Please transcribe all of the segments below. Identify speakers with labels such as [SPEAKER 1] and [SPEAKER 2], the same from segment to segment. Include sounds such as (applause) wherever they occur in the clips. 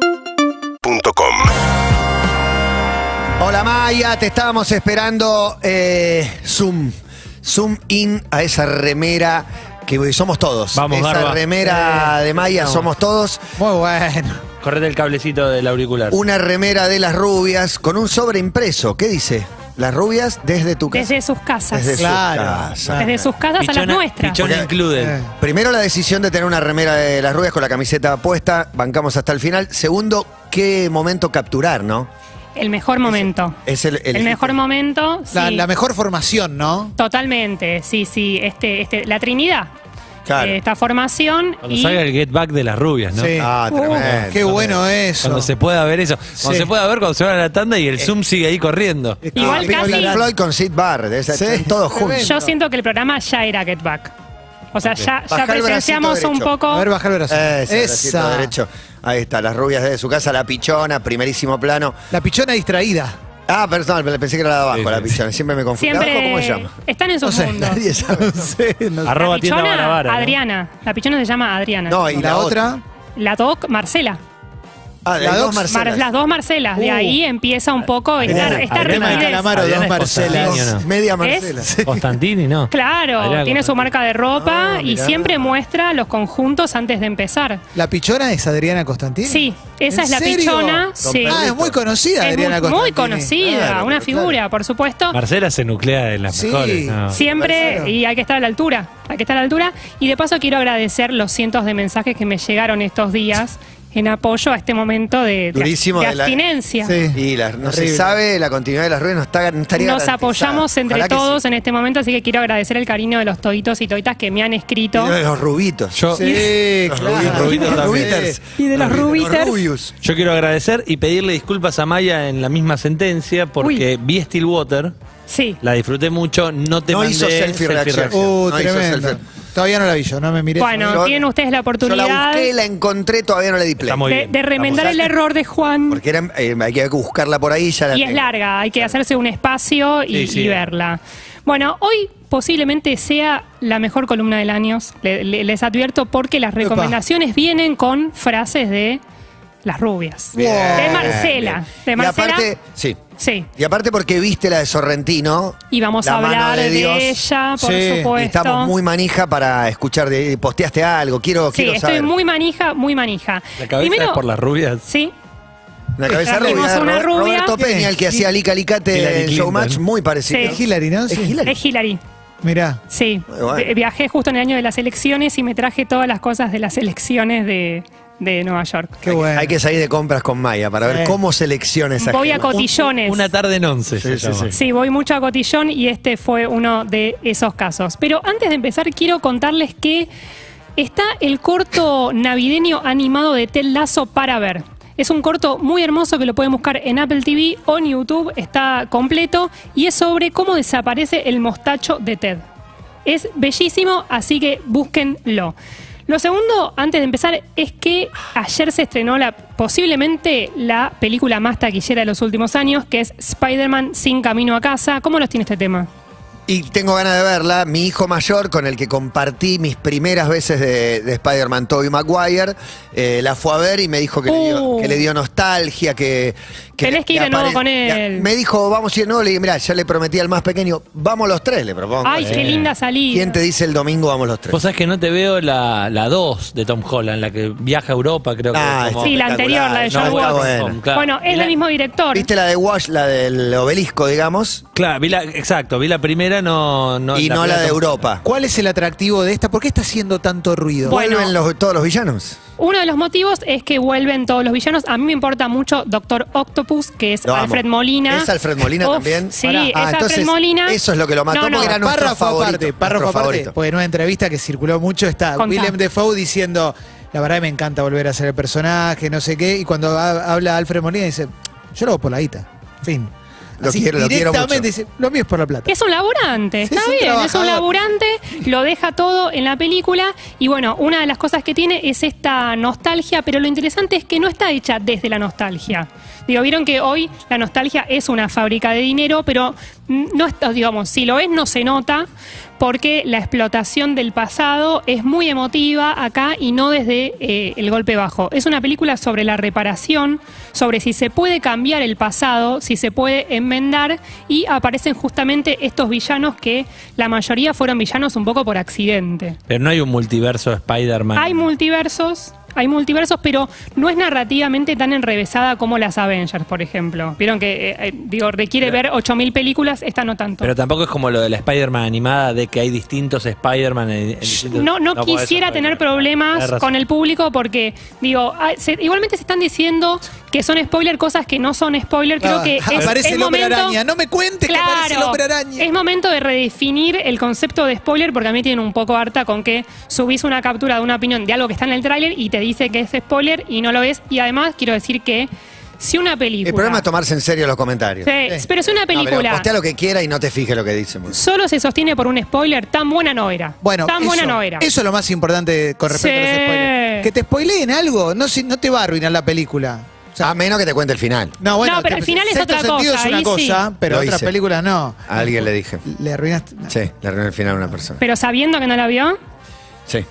[SPEAKER 1] UrbanaPlayFM.com
[SPEAKER 2] Hola Maya, te estábamos esperando eh, Zoom. Zoom in a esa remera que somos todos.
[SPEAKER 3] Vamos,
[SPEAKER 2] esa
[SPEAKER 3] Garba.
[SPEAKER 4] Eh,
[SPEAKER 2] remera de Maya
[SPEAKER 4] vamos.
[SPEAKER 2] somos todos.
[SPEAKER 4] Muy bueno.
[SPEAKER 3] Correte el cablecito del auricular.
[SPEAKER 2] Una remera de las rubias con un sobre impreso. ¿Qué dice? Las rubias desde tu casa.
[SPEAKER 5] Desde sus casas.
[SPEAKER 2] Desde
[SPEAKER 5] Desde,
[SPEAKER 2] su
[SPEAKER 4] Claro.
[SPEAKER 2] casa.
[SPEAKER 4] Desde
[SPEAKER 5] sus casas a las nuestras.
[SPEAKER 3] Pichona
[SPEAKER 2] Porque-
[SPEAKER 3] included.
[SPEAKER 4] Eh.
[SPEAKER 2] Primero la decisión de tener una remera de las rubias con la camiseta puesta, bancamos hasta el final. Segundo, qué momento capturar, ¿no?
[SPEAKER 5] El mejor momento.
[SPEAKER 2] Es este. el,
[SPEAKER 5] El, mejor momento.
[SPEAKER 4] La,
[SPEAKER 5] sí.
[SPEAKER 4] la mejor formación, ¿no?
[SPEAKER 5] Totalmente, sí, sí. Este, este, la Trinidad.
[SPEAKER 2] Claro.
[SPEAKER 5] eh, esta formación.
[SPEAKER 3] Cuando
[SPEAKER 5] Y
[SPEAKER 3] salga el get back de las rubias, ¿no?
[SPEAKER 4] Sí.
[SPEAKER 2] Ah,
[SPEAKER 5] Uh,
[SPEAKER 2] tremendo.
[SPEAKER 4] Qué bueno eso.
[SPEAKER 3] Cuando se pueda ver eso. Cuando
[SPEAKER 4] Sí. Eh.
[SPEAKER 3] se pueda ver, cuando se va a la tanda y el Zoom sigue ahí corriendo.
[SPEAKER 5] Igual
[SPEAKER 2] Pink
[SPEAKER 5] casi-
[SPEAKER 2] Floyd con Sid Barrett, es- están todos juntos.
[SPEAKER 5] yo siento que el programa ya era Get Back. O sea, ya,
[SPEAKER 2] Bajá
[SPEAKER 5] ya
[SPEAKER 2] el bracito
[SPEAKER 5] presenciamos un
[SPEAKER 2] derecho.
[SPEAKER 5] poco.
[SPEAKER 4] A ver, bajar el brazo.
[SPEAKER 2] Eh, Ese, bracito derecho. Ahí está, las rubias desde su casa, la pichona, primerísimo plano.
[SPEAKER 4] La pichona distraída.
[SPEAKER 2] Ah, perdón, pensé que era la de abajo,
[SPEAKER 3] Sí,
[SPEAKER 2] la
[SPEAKER 3] sí.
[SPEAKER 2] pichona. Siempre me confundo. ¿La abajo
[SPEAKER 5] siempre
[SPEAKER 2] cómo se llama?
[SPEAKER 5] están en sus mundos.
[SPEAKER 2] Nadie sabe.
[SPEAKER 3] (laughs) Arroba tienda
[SPEAKER 5] la pichona,
[SPEAKER 3] Barabara, ¿no?
[SPEAKER 5] Adriana. La pichona se llama Adriana.
[SPEAKER 2] No, y
[SPEAKER 4] Y
[SPEAKER 2] la, otra.
[SPEAKER 5] La Doc, Marcela.
[SPEAKER 2] Ah, de
[SPEAKER 4] La
[SPEAKER 2] las dos
[SPEAKER 4] dos-
[SPEAKER 5] Mar-
[SPEAKER 2] Marcelas.
[SPEAKER 5] las dos Marcelas. De
[SPEAKER 4] Uh.
[SPEAKER 5] ahí empieza un poco esta,
[SPEAKER 3] Adriana,
[SPEAKER 5] esta
[SPEAKER 3] Adriana
[SPEAKER 4] Tema de
[SPEAKER 3] Martínez.
[SPEAKER 5] rigidez.
[SPEAKER 4] Calamaro,
[SPEAKER 3] Adriana
[SPEAKER 4] dos
[SPEAKER 3] es
[SPEAKER 4] Marcelas.
[SPEAKER 3] Constantino,
[SPEAKER 2] Dos-
[SPEAKER 3] ¿no?
[SPEAKER 2] Media Marcela.
[SPEAKER 4] (laughs)
[SPEAKER 3] Constantini, ¿no?
[SPEAKER 5] Claro,
[SPEAKER 3] Adriana
[SPEAKER 5] tiene su
[SPEAKER 3] Constantini.
[SPEAKER 5] marca de ropa
[SPEAKER 2] Ah,
[SPEAKER 5] y
[SPEAKER 2] mirá.
[SPEAKER 5] siempre muestra los conjuntos antes de empezar.
[SPEAKER 4] ¿La pichona es Adriana Constantini?
[SPEAKER 5] Sí, esa
[SPEAKER 4] ¿En
[SPEAKER 5] es la
[SPEAKER 4] serio?
[SPEAKER 5] pichona. sí.
[SPEAKER 4] Ah, es muy conocida
[SPEAKER 5] Es
[SPEAKER 4] Adriana
[SPEAKER 5] muy,
[SPEAKER 4] Constantini.
[SPEAKER 5] muy conocida,
[SPEAKER 2] Claro,
[SPEAKER 5] una
[SPEAKER 2] claro.
[SPEAKER 5] figura, por supuesto.
[SPEAKER 3] Marcela se nuclea de las
[SPEAKER 4] Sí.
[SPEAKER 3] mejores. ¿no?
[SPEAKER 5] Siempre,
[SPEAKER 4] Marcelo.
[SPEAKER 5] y hay que estar a la altura, hay que estar a la altura. Y de paso quiero agradecer los cientos de mensajes que me llegaron estos días en apoyo a este momento de, de-
[SPEAKER 2] Durísimo
[SPEAKER 5] de
[SPEAKER 2] de la-
[SPEAKER 5] abstinencia.
[SPEAKER 4] Sí.
[SPEAKER 2] Y la- no se
[SPEAKER 4] Horrible.
[SPEAKER 2] sabe la continuidad de las rubias, no, está, no estaría
[SPEAKER 5] Nos
[SPEAKER 2] garantizada.
[SPEAKER 5] apoyamos entre
[SPEAKER 2] Ojalá que
[SPEAKER 5] todos
[SPEAKER 2] sí.
[SPEAKER 5] en este momento, así que quiero agradecer el cariño de los toditos y toitas que me han escrito.
[SPEAKER 2] Y Los rubitos.
[SPEAKER 3] Yo,
[SPEAKER 4] Sí,
[SPEAKER 2] Los
[SPEAKER 4] claro.
[SPEAKER 2] rubitos,
[SPEAKER 3] rubitos
[SPEAKER 2] los
[SPEAKER 3] también.
[SPEAKER 2] rubiters.
[SPEAKER 5] Y de los
[SPEAKER 2] Los
[SPEAKER 5] rubiters.
[SPEAKER 2] rubius.
[SPEAKER 3] yo quiero agradecer y pedirle disculpas a Maya en la misma sentencia porque vi Stillwater,
[SPEAKER 5] Sí.
[SPEAKER 3] la disfruté mucho, no te
[SPEAKER 2] No
[SPEAKER 3] mandé
[SPEAKER 2] hizo selfie reaction.
[SPEAKER 3] reaction.
[SPEAKER 4] Uh,
[SPEAKER 2] No hizo
[SPEAKER 4] tremendo.
[SPEAKER 2] selfie.
[SPEAKER 4] Todavía no la vi yo, no me miré.
[SPEAKER 5] Bueno,
[SPEAKER 2] Yo-
[SPEAKER 5] tienen ustedes la
[SPEAKER 2] Yo
[SPEAKER 5] oportunidad
[SPEAKER 2] la busqué, la encontré, todavía no le di play.
[SPEAKER 3] Está muy
[SPEAKER 5] de,
[SPEAKER 3] bien.
[SPEAKER 5] de remendar
[SPEAKER 3] Vamos.
[SPEAKER 5] el error de Juan.
[SPEAKER 2] Porque era, eh, hay que buscarla por ahí. Ya la
[SPEAKER 5] Y es
[SPEAKER 2] tengo.
[SPEAKER 5] larga, hay que hacerse un espacio
[SPEAKER 3] Sí,
[SPEAKER 5] y,
[SPEAKER 3] sí.
[SPEAKER 5] y verla. Bueno, hoy posiblemente sea la mejor columna del año, le- le- les advierto, porque las recomendaciones vienen con frases de las rubias.
[SPEAKER 2] Bien,
[SPEAKER 5] De Marcela.
[SPEAKER 2] bien.
[SPEAKER 5] De Marcela.
[SPEAKER 2] Y aparte, sí.
[SPEAKER 5] sí.
[SPEAKER 2] Y aparte porque viste la de Sorrentino.
[SPEAKER 5] Y vamos
[SPEAKER 2] la
[SPEAKER 5] a
[SPEAKER 2] mano
[SPEAKER 5] hablar de,
[SPEAKER 2] Dios,
[SPEAKER 5] ella, por
[SPEAKER 4] Sí,
[SPEAKER 5] supuesto.
[SPEAKER 2] Estamos muy manija para escuchar de posteaste algo, quiero,
[SPEAKER 5] sí,
[SPEAKER 2] quiero
[SPEAKER 5] estoy
[SPEAKER 2] saber.
[SPEAKER 5] muy manija, muy manija.
[SPEAKER 3] La cabeza
[SPEAKER 5] Primero-
[SPEAKER 3] es por las rubias.
[SPEAKER 5] Sí,
[SPEAKER 2] Una cabeza
[SPEAKER 5] Trajimos
[SPEAKER 2] rubia,
[SPEAKER 5] una
[SPEAKER 2] Robert-
[SPEAKER 5] rubia.
[SPEAKER 2] Roberto Peña, el que hacía Lica
[SPEAKER 3] Hillary
[SPEAKER 2] Alicate en
[SPEAKER 3] Clinton.
[SPEAKER 2] Showmatch, muy parecido.
[SPEAKER 4] Es Hillary, ¿no?
[SPEAKER 2] Es Hillary.
[SPEAKER 5] es Hillary.
[SPEAKER 4] Mirá.
[SPEAKER 5] Sí,
[SPEAKER 2] Muy bueno.
[SPEAKER 5] vi- viajé justo en el año de las elecciones y me traje todas las cosas de las elecciones de, de Nueva York.
[SPEAKER 4] Qué
[SPEAKER 2] Hay que-
[SPEAKER 4] bueno.
[SPEAKER 2] Hay que salir de compras con Maya para ver
[SPEAKER 4] Sí.
[SPEAKER 2] cómo selecciona esa
[SPEAKER 5] Voy a
[SPEAKER 2] gente.
[SPEAKER 5] cotillones.
[SPEAKER 3] Una tarde en once.
[SPEAKER 2] Sí,
[SPEAKER 3] se
[SPEAKER 2] sí,
[SPEAKER 3] llama.
[SPEAKER 2] sí.
[SPEAKER 5] Sí, voy mucho a cotillón y este fue uno de esos casos. Pero antes de empezar, quiero contarles que está el corto navideño animado de Tel Lazo para ver. Es un corto muy hermoso que lo pueden buscar en Apple TV o en YouTube, está completo y es sobre cómo desaparece el mostacho de Ted. Es bellísimo, así que búsquenlo. Lo segundo, antes de empezar, es que ayer se estrenó la, posiblemente la película más taquillera de los últimos años, que es Spider-Man sin camino a casa. ¿Cómo los tiene este tema?
[SPEAKER 2] Y tengo ganas de verla. Mi hijo mayor, con el que compartí mis primeras veces de, de Spider-Man, Tobey Maguire, eh, la fue a ver y me dijo que, le, dio,
[SPEAKER 5] Uh.
[SPEAKER 2] que le dio nostalgia, que... que
[SPEAKER 5] Tenés que ir de nuevo
[SPEAKER 2] apare-
[SPEAKER 5] con
[SPEAKER 2] le-
[SPEAKER 5] él.
[SPEAKER 2] Me dijo, vamos a ir de nuevo. Le dije, mirá, ya le prometí al más pequeño, vamos los tres, le propongo. Eh,
[SPEAKER 5] Ay, qué linda salida.
[SPEAKER 2] ¿Quién te dice el domingo vamos los tres?
[SPEAKER 3] Vos sabés que no te veo la, la 2 de Tom Holland, la que viaja a Europa, creo que.
[SPEAKER 2] Ah,
[SPEAKER 3] es como-
[SPEAKER 5] Sí, la anterior, la de
[SPEAKER 2] espectacular.
[SPEAKER 5] John
[SPEAKER 2] No, está
[SPEAKER 5] Watts.
[SPEAKER 2] buena.
[SPEAKER 3] claro.
[SPEAKER 5] Bueno, es
[SPEAKER 3] La-
[SPEAKER 5] del mismo director.
[SPEAKER 2] ¿Viste la de Wash, la del obelisco, digamos?
[SPEAKER 3] Claro, vi la, exacto, vi la primera, no. no
[SPEAKER 2] y no la
[SPEAKER 3] primera
[SPEAKER 2] de
[SPEAKER 3] Tom-
[SPEAKER 2] Europa.
[SPEAKER 4] ¿Cuál es el atractivo de esta? ¿Por qué está haciendo tanto ruido?
[SPEAKER 5] Bueno.
[SPEAKER 2] ¿Vuelven los- todos los villanos?
[SPEAKER 5] Uno de los motivos es que vuelven todos los villanos. A mí me importa mucho Doctor Octopus, que es
[SPEAKER 2] Lo amo.
[SPEAKER 5] Alfred Molina.
[SPEAKER 2] ¿Es Alfred Molina
[SPEAKER 5] Uf,
[SPEAKER 2] también?
[SPEAKER 5] Sí,
[SPEAKER 2] Pará.
[SPEAKER 5] es
[SPEAKER 2] Ah,
[SPEAKER 5] Alfred
[SPEAKER 2] entonces,
[SPEAKER 5] Molina.
[SPEAKER 2] eso es lo que lo mató,
[SPEAKER 5] No, no.
[SPEAKER 2] porque era nuestro
[SPEAKER 4] párrafo
[SPEAKER 2] favorito,
[SPEAKER 4] aparte, párrafo
[SPEAKER 2] nuestro
[SPEAKER 4] aparte,
[SPEAKER 2] favorito.
[SPEAKER 4] porque en una entrevista que circuló mucho está
[SPEAKER 5] Contá.
[SPEAKER 4] William Defoe diciendo, la verdad me encanta volver a ser el personaje, no sé qué, y cuando ha- habla Alfred Molina dice, yo lo hago por la guita, fin.
[SPEAKER 2] Lo quiero, lo quiero
[SPEAKER 4] directamente
[SPEAKER 2] mucho.
[SPEAKER 4] dice, lo mío es por la plata.
[SPEAKER 5] Es un laburante,
[SPEAKER 4] Sí,
[SPEAKER 5] está
[SPEAKER 4] es un
[SPEAKER 5] bien, es un
[SPEAKER 4] trabajador.
[SPEAKER 5] laburante, lo deja todo en la película y bueno, una de las cosas que tiene es esta nostalgia, pero lo interesante es que no está hecha desde la nostalgia. Digo, vieron que hoy la nostalgia es una fábrica de dinero, pero no está, digamos, si lo ves no se nota, porque la explotación del pasado es muy emotiva acá y no desde eh, el golpe bajo. Es una película sobre la reparación, sobre si se puede cambiar el pasado, si se puede enmendar, y aparecen justamente estos villanos que la mayoría fueron villanos un poco por accidente.
[SPEAKER 3] Pero no hay un multiverso de Spider-Man.
[SPEAKER 5] Hay multiversos. Hay multiversos, pero no es narrativamente tan enrevesada como las Avengers, por ejemplo. Vieron que, eh, eh, digo, requiere ver 8.000 películas, esta no tanto.
[SPEAKER 3] Pero tampoco es como lo de la Spider-Man animada, de que hay distintos Spider-Man. en- en distintos-
[SPEAKER 5] no, no,
[SPEAKER 3] podés
[SPEAKER 5] quisiera
[SPEAKER 3] hacer
[SPEAKER 5] tener
[SPEAKER 3] Spider-Man. Tenés
[SPEAKER 5] problemas
[SPEAKER 3] razón.
[SPEAKER 5] con el público porque, digo, ah, se- igualmente se están diciendo que son spoiler cosas que no son spoiler. Creo
[SPEAKER 4] Ah, (laughs)
[SPEAKER 5] que es,
[SPEAKER 4] aparece
[SPEAKER 5] es
[SPEAKER 4] el hombre
[SPEAKER 5] momento.
[SPEAKER 4] araña. No me cuentes que aparece el
[SPEAKER 5] Claro,
[SPEAKER 4] hombre araña.
[SPEAKER 5] es momento de redefinir el concepto de spoiler porque a mí tienen un poco harta con que subís una captura de una opinión de algo que está en el tráiler y te dice que es spoiler y no lo es. Y además quiero decir que si una película...
[SPEAKER 2] El problema es tomarse en serio los comentarios.
[SPEAKER 5] Sí,
[SPEAKER 4] Sí.
[SPEAKER 5] pero si una
[SPEAKER 2] No, pero
[SPEAKER 5] película
[SPEAKER 2] postea lo que quiera y no te fijes lo que dice. mucho.
[SPEAKER 5] solo se sostiene por un spoiler, tan buena no era.
[SPEAKER 4] Bueno,
[SPEAKER 5] tan
[SPEAKER 4] eso,
[SPEAKER 5] buena no era.
[SPEAKER 4] eso es lo más importante con respecto a los
[SPEAKER 5] Sí.
[SPEAKER 4] spoilers. Que te spoileen algo, no, si- no te va a arruinar la película. O sea,
[SPEAKER 2] A menos que te cuente el final.
[SPEAKER 4] no, bueno,
[SPEAKER 5] No, pero
[SPEAKER 4] te-
[SPEAKER 5] el final es
[SPEAKER 4] Sexto
[SPEAKER 5] otra
[SPEAKER 4] sentido
[SPEAKER 5] cosa,
[SPEAKER 4] es una
[SPEAKER 5] ahí
[SPEAKER 4] cosa,
[SPEAKER 5] sí.
[SPEAKER 4] pero
[SPEAKER 2] Lo
[SPEAKER 4] otras
[SPEAKER 2] hice.
[SPEAKER 4] películas no.
[SPEAKER 2] A alguien le dije.
[SPEAKER 4] Le arruinaste. no.
[SPEAKER 2] Sí, le arruiné el final a una persona.
[SPEAKER 5] Pero sabiendo que no la vio.
[SPEAKER 2] Sí.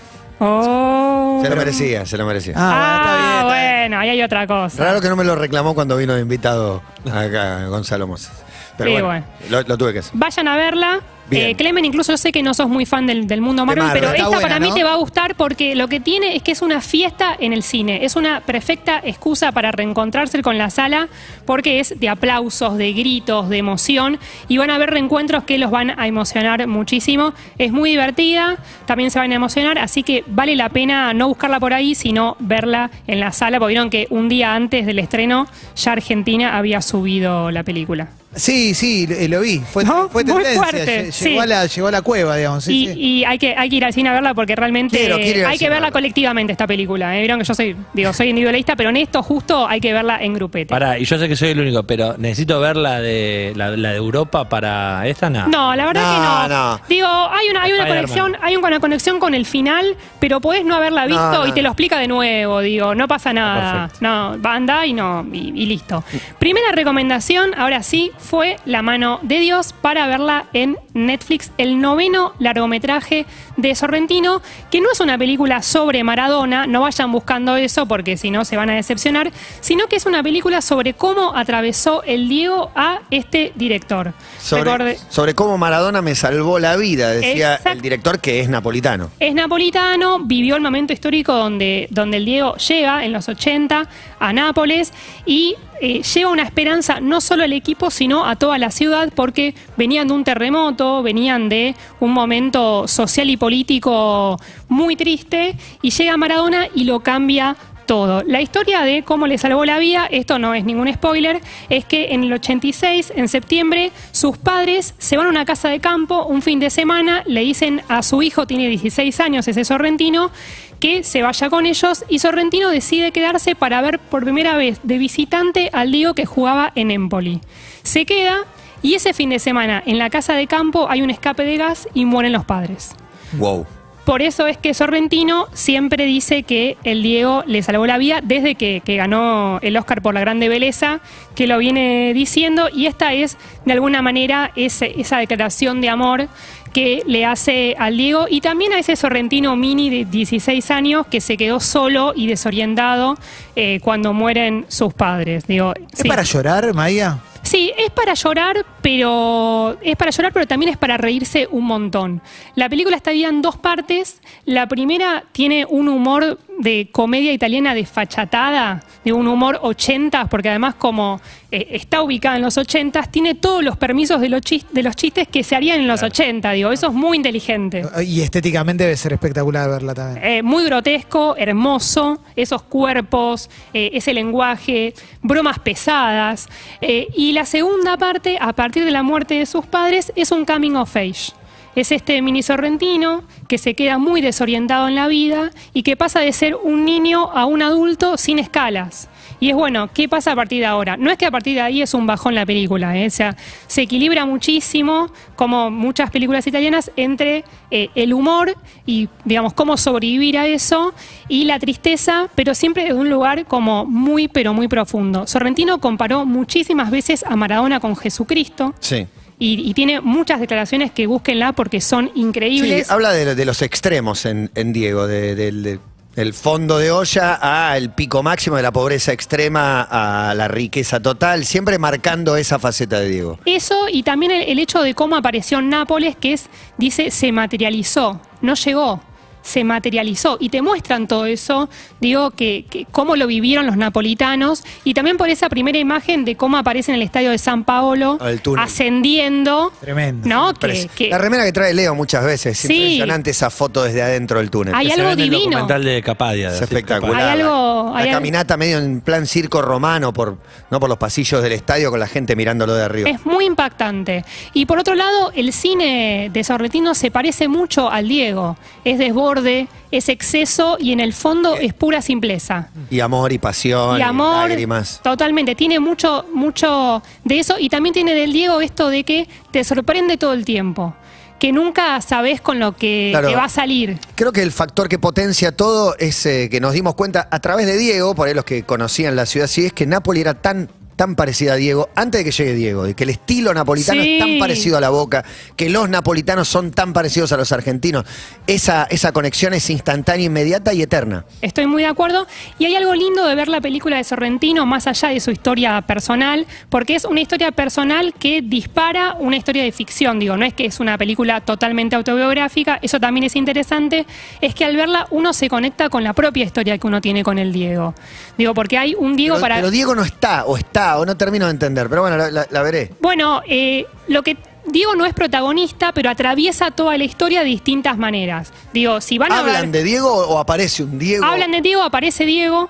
[SPEAKER 5] Oh.
[SPEAKER 2] Se lo merecía, se lo merecía.
[SPEAKER 5] Ah,
[SPEAKER 4] Ah, bueno, está bien, está bien.
[SPEAKER 5] bueno, ahí hay otra cosa.
[SPEAKER 2] Raro que no me lo reclamó cuando vino de invitado acá Gonzalo Moses. Pero
[SPEAKER 5] Sí,
[SPEAKER 2] bueno,
[SPEAKER 5] bueno.
[SPEAKER 2] Lo, lo tuve que hacer.
[SPEAKER 5] Vayan a verla.
[SPEAKER 2] Bien.
[SPEAKER 5] Eh, Clemen, incluso yo sé que no sos muy fan del, del mundo Marvel,
[SPEAKER 2] Marvel,
[SPEAKER 5] pero
[SPEAKER 4] está
[SPEAKER 5] esta
[SPEAKER 4] buena,
[SPEAKER 5] para mí
[SPEAKER 4] ¿no?
[SPEAKER 5] te va a gustar porque lo que tiene es que es una fiesta en el cine. Es una perfecta excusa para reencontrarse con la sala porque es de aplausos, de gritos, de emoción y van a haber reencuentros que los van a emocionar muchísimo. Es muy divertida, también se van a emocionar, así que vale la pena no buscarla por ahí, sino verla en la sala, porque vieron que un día antes del estreno ya Argentina había subido la película.
[SPEAKER 4] Sí, sí, lo, lo vi. Fue,
[SPEAKER 5] ¿No?
[SPEAKER 4] fue
[SPEAKER 5] Muy
[SPEAKER 4] tendencia.
[SPEAKER 5] fuerte,
[SPEAKER 4] lle-
[SPEAKER 5] sí.
[SPEAKER 4] Llegó, a la, llegó a la cueva, digamos. sí,
[SPEAKER 5] y
[SPEAKER 4] sí.
[SPEAKER 5] y hay, que, hay que ir al cine a verla porque realmente
[SPEAKER 2] Quiero, quiero ir al
[SPEAKER 5] hay que
[SPEAKER 2] cine a
[SPEAKER 5] verla
[SPEAKER 2] verla.
[SPEAKER 5] colectivamente esta película. ¿eh? Vieron que yo soy, digo, soy individualista, pero en esto justo hay que verla en grupete.
[SPEAKER 3] Pará, y yo sé que soy el único, pero necesito ver la de, la, la de Europa para esta, nada.
[SPEAKER 5] No, la verdad
[SPEAKER 2] No,
[SPEAKER 5] que no.
[SPEAKER 2] no.
[SPEAKER 5] Digo, hay una, hay una
[SPEAKER 3] Spider-Man.
[SPEAKER 5] conexión, hay una conexión con el final, pero podés no haberla visto
[SPEAKER 2] no.
[SPEAKER 5] y te lo explica de nuevo, digo, no pasa nada.
[SPEAKER 3] Ah, Perfecto.
[SPEAKER 5] No, banda y no, y, y listo. Primera recomendación, ahora sí, fue La mano de Dios para verla en Netflix, el noveno largometraje de Sorrentino, que no es una película sobre Maradona, no vayan buscando eso porque si no se van a decepcionar, sino que es una película sobre cómo atravesó el Diego a este director.
[SPEAKER 2] Sobre,
[SPEAKER 5] Recorde-
[SPEAKER 2] sobre cómo Maradona me salvó la vida, decía
[SPEAKER 5] Exacto.
[SPEAKER 2] el director que es napolitano.
[SPEAKER 5] Es napolitano, vivió el momento histórico donde, donde el Diego llega en los 80 a Nápoles y eh, lleva una esperanza no solo al equipo, sino a toda la ciudad, porque venían de un terremoto, venían de un momento social y político muy triste, y llega Maradona y lo cambia todo. La historia de cómo le salvó la vida, esto no es ningún spoiler, es que en el 86, en septiembre, sus padres se van a una casa de campo un fin de semana, le dicen a su hijo, tiene 16 años, ese sorrentino, que se vaya con ellos y Sorrentino decide quedarse para ver por primera vez de visitante al Diego que jugaba en Empoli. Se queda y ese fin de semana en la casa de campo hay un escape de gas y mueren los padres.
[SPEAKER 2] Wow.
[SPEAKER 5] Por eso es que Sorrentino siempre dice que el Diego le salvó la vida desde que, que ganó el Oscar por la Grande Belleza, que lo viene diciendo, y esta es de alguna manera ese- esa declaración de amor que le hace al Diego y también a ese Sorrentino mini de 16 años que se quedó solo y desorientado eh, cuando mueren sus padres. Digo,
[SPEAKER 4] ¿Es
[SPEAKER 5] sí.
[SPEAKER 4] para llorar, Maya?
[SPEAKER 5] Sí, es para llorar, pero es para llorar, pero también es para reírse un montón. La película está dividida en dos partes. La primera tiene un humor de comedia italiana desfachatada, de un humor 80 porque además como eh, está ubicada en los 80 tiene todos los permisos de los, chis- de los chistes que se harían en los 80, digo, eso es muy inteligente.
[SPEAKER 4] Y estéticamente debe ser espectacular verla también.
[SPEAKER 5] Eh, muy grotesco, hermoso, esos cuerpos, eh, ese lenguaje, bromas pesadas. Eh, y la segunda parte, a partir de la muerte de sus padres, es un coming of age. Es este mini sorrentino que se queda muy desorientado en la vida y que pasa de ser un niño a un adulto sin escalas. Y es bueno, ¿qué pasa a partir de ahora? No es que a partir de ahí es un bajón la película, ¿eh? o sea, se equilibra muchísimo, como muchas películas italianas, entre eh, el humor y, digamos, cómo sobrevivir a eso y la tristeza, pero siempre desde un lugar como muy, pero muy profundo. Sorrentino comparó muchísimas veces a Maradona con Jesucristo
[SPEAKER 2] Sí.
[SPEAKER 5] y, y tiene muchas declaraciones que búsquenla porque son
[SPEAKER 2] Sí,
[SPEAKER 5] increíbles.
[SPEAKER 2] habla de, de los extremos en, en Diego, de- del de- del fondo de olla al pico máximo de la pobreza extrema a la riqueza total, siempre marcando esa faceta de Diego.
[SPEAKER 5] Eso y también el, el hecho de cómo apareció Nápoles, que es, dice, se materializó, no llegó, se materializó. Y te muestran todo eso, digo, que, que cómo lo vivieron los napolitanos y también por esa primera imagen de cómo aparece en el estadio de San Paolo,
[SPEAKER 2] Al Ah, túnel.
[SPEAKER 5] ascendiendo,
[SPEAKER 4] Tremendo.
[SPEAKER 5] ¿no? Que,
[SPEAKER 2] Pres-
[SPEAKER 5] que
[SPEAKER 2] La remera que trae Leo muchas veces, es
[SPEAKER 5] Sí.
[SPEAKER 2] impresionante esa foto desde adentro del túnel.
[SPEAKER 5] Hay
[SPEAKER 3] Que se
[SPEAKER 5] algo
[SPEAKER 3] ve en el
[SPEAKER 5] divino.
[SPEAKER 3] documental de Capadia.
[SPEAKER 2] Es espectacular.
[SPEAKER 5] Hay algo-
[SPEAKER 2] La
[SPEAKER 5] hay algo-
[SPEAKER 2] caminata medio en plan circo romano, por, no por los pasillos del estadio, con la gente mirándolo de arriba.
[SPEAKER 5] es muy impactante. Y por otro lado, el cine de Sorrentino se parece mucho al Diego. Es desborde, es exceso y en el fondo
[SPEAKER 2] Eh,
[SPEAKER 5] es pura simpleza.
[SPEAKER 2] Y amor, y pasión,
[SPEAKER 5] y amor.
[SPEAKER 2] lágrimas.
[SPEAKER 5] Totalmente, tiene mucho, mucho de eso y también tiene del Diego esto de que te sorprende todo el tiempo, que nunca sabes con lo que
[SPEAKER 2] Claro.
[SPEAKER 5] te va a salir.
[SPEAKER 2] Creo que el factor que potencia todo es eh, que nos dimos cuenta a través de Diego, por ahí los que conocían la ciudad, sí, es que Nápoli era tan, tan parecida a Diego antes de que llegue Diego, y que el estilo napolitano
[SPEAKER 5] Sí.
[SPEAKER 2] es tan parecido a la boca, que los napolitanos son tan parecidos a los argentinos. Esa, esa conexión es instantánea, inmediata y eterna.
[SPEAKER 5] Estoy muy de acuerdo. Y hay algo lindo de ver la película de Sorrentino más allá de su historia personal, porque es una historia personal que dispara una historia de ficción. Digo, no es que es una película totalmente autobiográfica, eso también es interesante. Es que al verla uno se conecta con la propia historia que uno tiene con el Diego. Digo, porque hay un Diego
[SPEAKER 2] pero,
[SPEAKER 5] para.
[SPEAKER 2] pero Diego no está, o está, o no termino de entender, pero bueno, la, la- la veré.
[SPEAKER 5] Bueno, eh, lo que Diego no es protagonista, pero atraviesa toda la historia de distintas maneras. Digo, si van a
[SPEAKER 2] ¿Hablan
[SPEAKER 5] ver-
[SPEAKER 2] de Diego o aparece un Diego?
[SPEAKER 5] hablan de Diego, aparece Diego,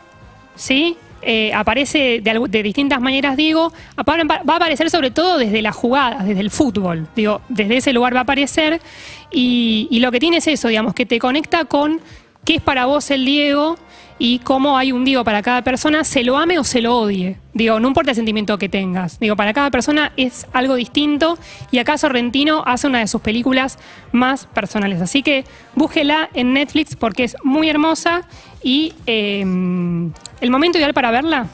[SPEAKER 5] ¿sí? Eh, aparece de, algu- de distintas maneras Diego, Apa- va a aparecer sobre todo desde las jugadas, desde el fútbol, digo, desde ese lugar va a aparecer y, y lo que tiene es eso, digamos, que te conecta con qué es para vos el Diego y cómo hay un Diego para cada persona, se lo ame o se lo odie, digo, no importa el sentimiento que tengas, digo, para cada persona es algo distinto y acá Sorrentino hace una de sus películas más personales, así que búsquela en Netflix porque es muy hermosa y eh, el momento ideal para verla,